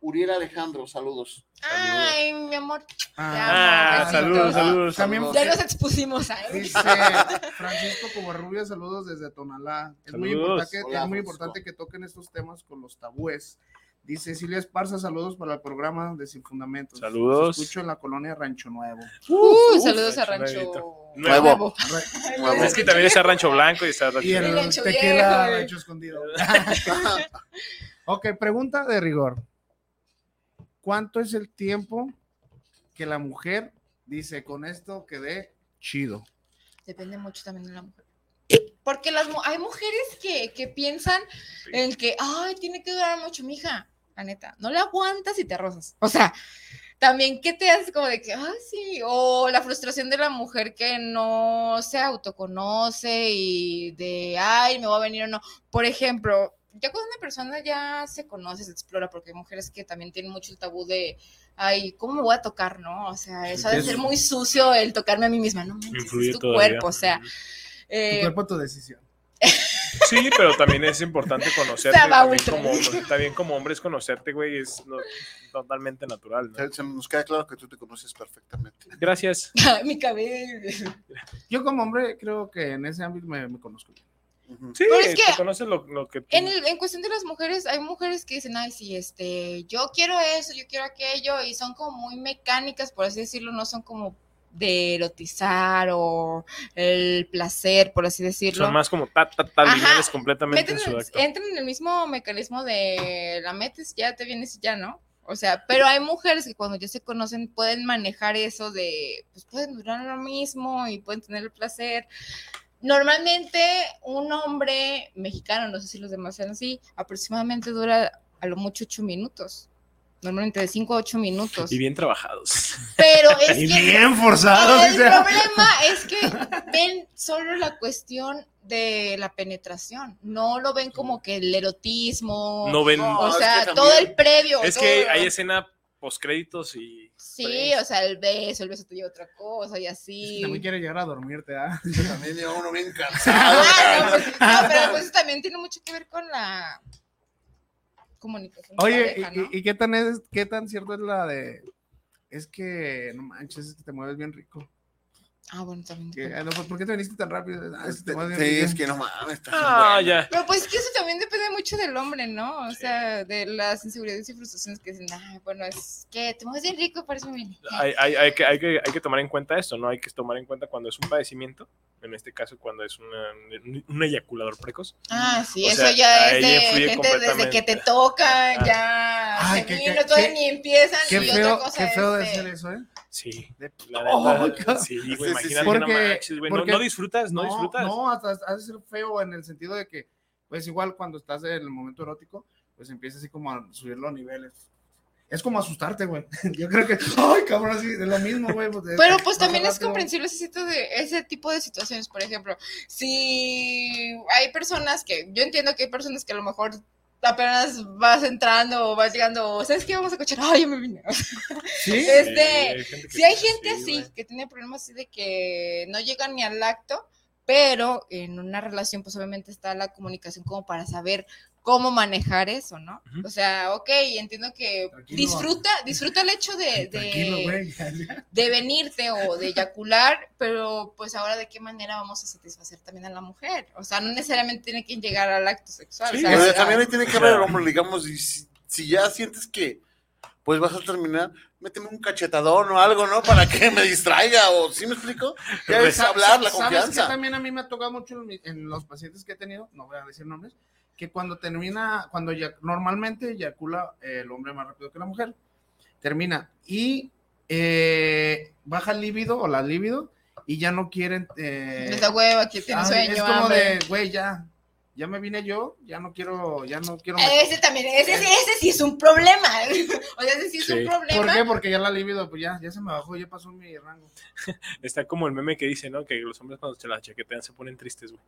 Uriel Alejandro, saludos. Ay, mi amor, Ah, Ah, saludos, saludos. saludos. También- saludos. ya nos expusimos a él. Dice Francisco Covarrubia, saludos desde Tonalá. Es muy, Saludos. importante, es Hola, muy Francisco. importante que toquen estos temas con los tabúes. Dice Silvia Esparza, saludos para el programa de Sin Fundamentos. Saludos. Los escucho en la colonia Rancho Nuevo. Uh, Uf, saludos a Nuevito. Rancho. Nuevo. Nuevo. Es que también está Rancho Blanco y está Rancho Y el Rancho tequila Viejo, eh. Rancho Escondido. ok, pregunta de rigor. ¿Cuánto es el tiempo que la mujer dice con esto quedé chido? Depende mucho también de la mujer. Porque las, mu- hay mujeres que, que piensan en que, ay, tiene que durar mucho, mija. La neta, no la aguantas y te rozas. O sea, también, ¿qué te haces como de que, ay, sí? O la frustración de la mujer que no se autoconoce y de, ay, me va a venir o no. Por ejemplo, ya cuando una persona ya se conoce, se explora, porque hay mujeres que también tienen mucho el tabú de, ay, ¿cómo me voy a tocar, no? O sea, eso ha de Eso. ser muy sucio el tocarme a mí misma, no manches, Influye es tu todavía. cuerpo, o sea. Tu eh, cuerpo, tu decisión. Sí, pero también es importante conocerte. Se va También ultra. como, hombre- también como hombre es conocerte, güey, es no- totalmente natural. ¿no? Se- se nos queda claro que tú te conoces perfectamente. Gracias. mi cabello. Yo como hombre creo que en ese ámbito me, me conozco. Ujú. Sí, Pero es que- te conoces lo, lo que tú- En, el- en cuestión de las mujeres, hay mujeres que dicen, ay, sí, este, yo quiero eso, yo quiero aquello, y son como muy mecánicas, por así decirlo, no son como de erotizar o el placer, por así decirlo. son más como ta, ta, ta, Ajá. lineales completamente Meten en su en- acto. entran en el mismo mecanismo de la metes, ya te vienes y ya, ¿no? O sea, pero hay mujeres que cuando ya se conocen pueden manejar eso de, pues pueden durar lo mismo y pueden tener el placer. Normalmente un hombre mexicano, no sé si los demás sean así, aproximadamente dura a lo mucho ocho minutos. Normalmente de 5 a 8 minutos. Y bien trabajados. Pero es Y que bien forzado. el o sea. problema es que ven solo la cuestión de la penetración, no lo ven como que el erotismo, No ven. No, o es sea, que también- todo el previo. es pues. todo. que hay escena postcréditos y. Sí, o sea, el beso, el beso te lleva a otra cosa y así. También quiere llegar a dormirte, ¿ah? También lleva uno bien Ah, cansado. no, pues, no, pero pues eso también tiene mucho que ver con la comunicación. de Oye, pareja, y- ¿no? y, y qué tan es, qué tan cierto es la de es que no manches, es que te mueves bien rico? Ah, bueno, también. Que, depende. ah, no, pues, ¿Por qué te viniste tan rápido? Ah, es que te mueves bien Este, Sí, rico. es que no mames. está Ah, bueno. ya. Pero pues es que eso también depende mucho del hombre, ¿no? O sea, de las inseguridades y frustraciones que dicen, ah, bueno, es que te mueves bien rico, parece muy bien. Hay, hay- hay que, hay, que, hay que tomar en cuenta esto, ¿no? Hay que tomar en cuenta cuando es un padecimiento, en este caso cuando es una- un- un eyaculador precoz. Ah, sí, O eso sea, ya es ahí influye de gente desde que te completamente. tocan, Ah. ya Ay, se qué- vienen, qué- todavía qué- ni empiezan Qué y feo, otra cosa este, qué feo de es hacer de- eso, ¿eh? Sí. De- La Oh, neta, God. sí, Sí, güey, sí, imagínate, sí. no Porque- manches, güey, no- porque- no disfrutas, no, disfrutas. No, hasta hasta hace ser feo en el sentido de que, pues igual cuando estás en el momento erótico, pues empiezas así como a subir los niveles. Es como asustarte, güey. Yo creo que, ay, cabrón, así es lo mismo, güey. pues, Pero pues más también es rápido. comprensible ese, sitio de- ese tipo de situaciones, por ejemplo, si hay personas que, yo entiendo que hay personas que a lo mejor apenas vas entrando o vas llegando, o sabes que vamos a escuchar, ay, ya me vine. Sí, Este, Eh, gente que Si hay sí, gente así, güey. que tiene problemas así de que no llegan ni al acto, pero en una relación, pues obviamente está la comunicación como para saber cómo manejar eso, ¿no? Ujú. O sea, ok, entiendo que Tranquilo. disfruta, disfruta el hecho de, tranquilo, de, güey. de venirte o de eyacular, pero pues ahora de qué manera vamos a satisfacer también a la mujer. O sea, no necesariamente tiene que llegar al acto sexual. Sí, o sea, Pero o sea, también ahí tiene que haber el hombre, digamos, y si, si ya sientes que pues vas a terminar, méteme un cachetadón o algo, ¿no? Para que me distraiga, o ¿sí me explico? Ya Pues, es hablar, la ¿Sabes qué confianza. también a mí me ha tocado mucho en, mi- en los pacientes que he tenido, no voy a decir nombres, que cuando termina, cuando ya, normalmente eyacula eh, el hombre más rápido que la mujer, termina y eh, baja el líbido o la líbido y ya no quieren. eh, les da hueva, que tiene ah, sueño, es como hambre. de, güey, ya, ya me vine yo, ya no quiero, ya no quiero. Ese también, ese, Eh. sí- ese sí es un problema. O sea, ese sí es Sí. un problema. ¿Por qué? Porque ya la libido, pues ya, ya se me bajó, ya pasó mi rango. Está como el meme que dice, ¿no? Que los hombres cuando se la chaquetean se ponen tristes, güey.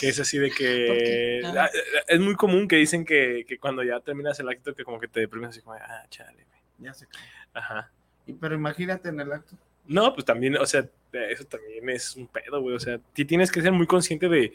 Que es así de ¿Por que... qué? Ah. Ah, Es muy común que dicen que, que cuando ya terminas el acto que como que te deprimes así como, ah, chale, güey. Ya se cae. Ajá. Y, pero imagínate en el acto. No, pues también, o sea, eh, eso también es un pedo, güey. O sea, ti tienes que ser muy consciente de,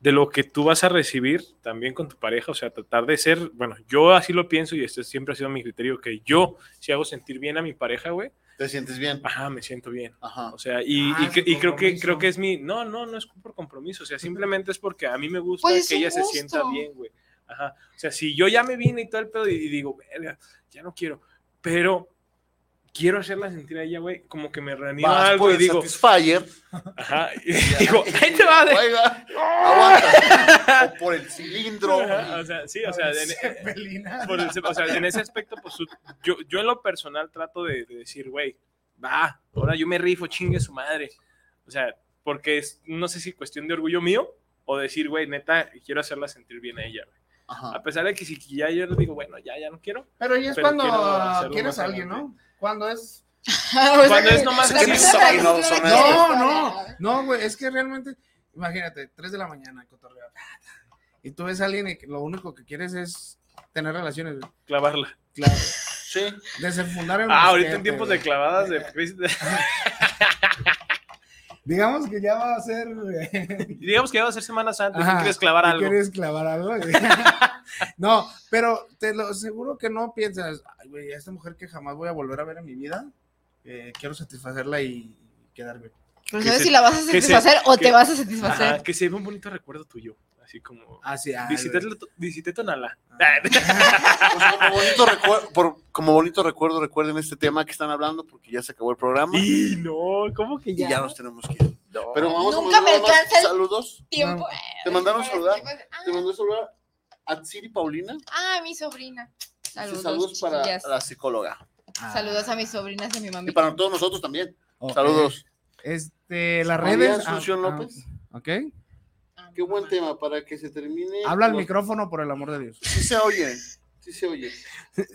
de lo que tú vas a recibir también con tu pareja. O sea, tratar de ser, bueno, yo así lo pienso y este siempre ha sido mi criterio, que yo si hago sentir bien a mi pareja, güey, Te sientes bien. ajá, me siento bien. Ajá. O sea, y, Ah, y cre- sin y creo que compromiso. creo que es mi. No, no, no es por compromiso. O sea, simplemente es porque a mí me gusta Pues es que un ella se gusto. sienta bien, güey. Ajá. O sea, si yo ya me vine y todo el pedo y, y digo, verga, ya no quiero. Pero quiero hacerla sentir a ella, güey, como que me reanima Vas algo por y el digo, Satisfyer. ajá. Y digo, ahí te va, de. Ahí va. Aguanta. O por el cilindro. Ajá, O sea, sí, o sea, en, eh, por el- o sea, en ese aspecto, pues tú- yo, yo en lo personal trato de, de decir, güey, va, ahora yo me rifo, chingue su madre. O sea, porque es, no sé si cuestión de orgullo mío o decir, güey, neta, quiero hacerla sentir bien a ella. güey". Ajá. A pesar de que si ya yo le digo, bueno, ya, ya no quiero. Pero ya es Pero quiero cuando hacerlo quieres más a alguien, ¿no? adelante. Cuando es. Cuando es nomás la así, persona que no, no son- la quiere No, para no, nada. no, güey. Es que realmente, imagínate, 3 de la mañana, cotorreo. Y tú ves a alguien y lo único que quieres es tener relaciones, güey. Clavarla. Claro. Sí. Desenfundar el. Ah, ahorita mosquete, en tiempos Ah, güey. de clavadas de crisis, de- Digamos que ya va a ser. güey, digamos que ya va a ser semanas antes, Ajá, ¿tú quieres clavar que algo. ¿Quieres clavar algo? güey. no, pero te lo aseguro que no piensas, ay, güey, a esta mujer que jamás voy a volver a ver en mi vida, eh, quiero satisfacerla y quedarme. Pero Que se- sabes Pues si la vas a que se- satisfacer o que- te vas a Ajá, satisfacer. que se ve un bonito recuerdo tuyo, así como Así, ah, visité, güey. visité Tonala. Ah. Pues como bonito recuerdo, por- como bonito recuerdo, recuerden este tema que están hablando porque ya se acabó el programa y Y no, ¿cómo que ya? ya nos tenemos que ir. Pero vamos Nunca a mandar me nada más alcanza el- saludos. Tiempo. Te mandaron Ay, pues, saludar. Ah, Te mandó a saludar a Siri Paulina. Ah, mi sobrina. Saludos, Saludos, para chiquillas. la psicóloga. Saludos a mis sobrinas y a mi Y mamita. para todos nosotros también. Ah. Ok. Saludos. Este, las María redes. Asunción ah, ah, López. ok. A mi Qué buen mamá. tema para que se termine. Habla al Los- micrófono, por el amor de Dios. Sí se oye. Sí se oye.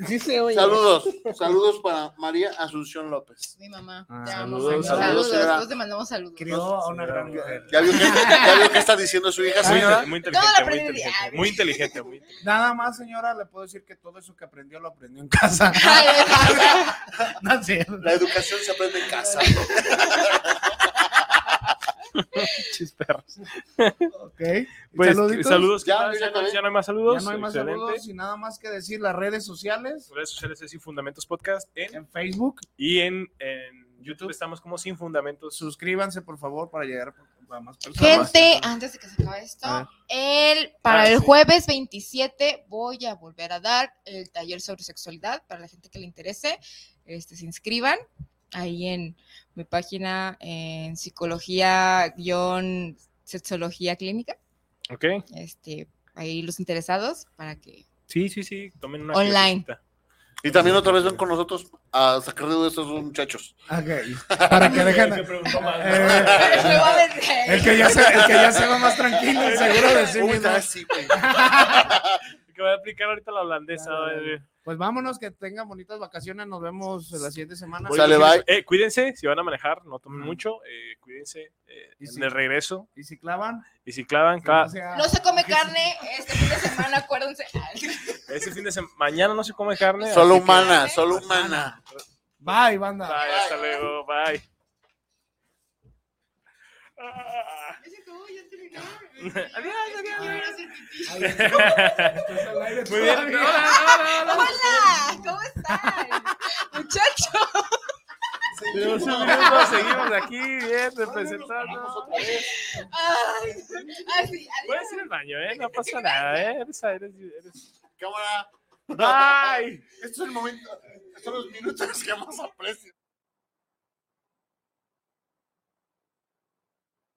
Sí se oye. Saludos. Saludos para María Asunción López. Mi mamá. Ah, Te amo, saludos, mamá. saludos, saludos. señora. todos te mandamos saludos. Crió a una gran mujer. Ya vio que, ya vio que está diciendo su hija, Muy, señora. inte- muy No, inteligente, la muy inteligente, aprendí. muy inteligente, muy inteligente. Nada más, señora, le puedo decir que todo eso que aprendió lo aprendió en casa. Ay, ay, No es cierto. La educación se aprende en casa. Pinches perros. Ok. Pues, Saluditos. saludos. ¿qué Ya, más? mira, no- también. no hay más Ya saludos. no hay más Excelente. saludos y nada más que decir las redes sociales Redes sociales es Sin Fundamentos Podcast en- en Facebook. y en, en YouTube estamos como Sin Fundamentos. Suscríbanse, por favor, para llegar a más personas. Gente, antes de que se acabe A esto, ver. el, para Ah, el sí. jueves 27 voy a volver a dar el taller sobre sexualidad para la gente que le interese. Este, se inscriban ahí en mi página en psicología-sexología clínica. ¿Ok? Este, ahí los interesados para que Sí, sí, sí. Tomen una Online. clasecita. Y también otra vez ven con nosotros a sacar de estos muchachos. Ok, Para que dejen. Que preguntó más, ¿no? Eh, el, que ya se, el que ya se va más tranquilo y seguro de sí Uy, mismo. ah, sí, güey. Que voy a aplicar ahorita la holandesa. Dale, eh. Pues vámonos, que tengan bonitas vacaciones. Nos vemos en la siguiente semana. Oye, Sale, bye. Eh, cuídense, si van a manejar, no tomen Ujú. mucho. eh, cuídense eh, Y en sí. el regreso. Y si clavan, Y si clavan, que cada- no sea- no se come carne este fin de semana, acuérdense. Ese Este fin de semana, mañana no se come carne. Solo así que- humana, ¿eh? solo humana. Bye, banda. Bye, hasta luego, bye. Ah. Adiós, Estás al aire Muy bien. todavía. Hola, ¿cómo están? Muchachos. Seguimos, seguimos, seguimos aquí, bien, representando. Ay, ay, sí, Puedes ir al baño, ¿eh? No pasa nada, ¿eh? Eres, eres, eres- Cámara. Bye. Este es el momento. Estos son los minutos que más aprecio.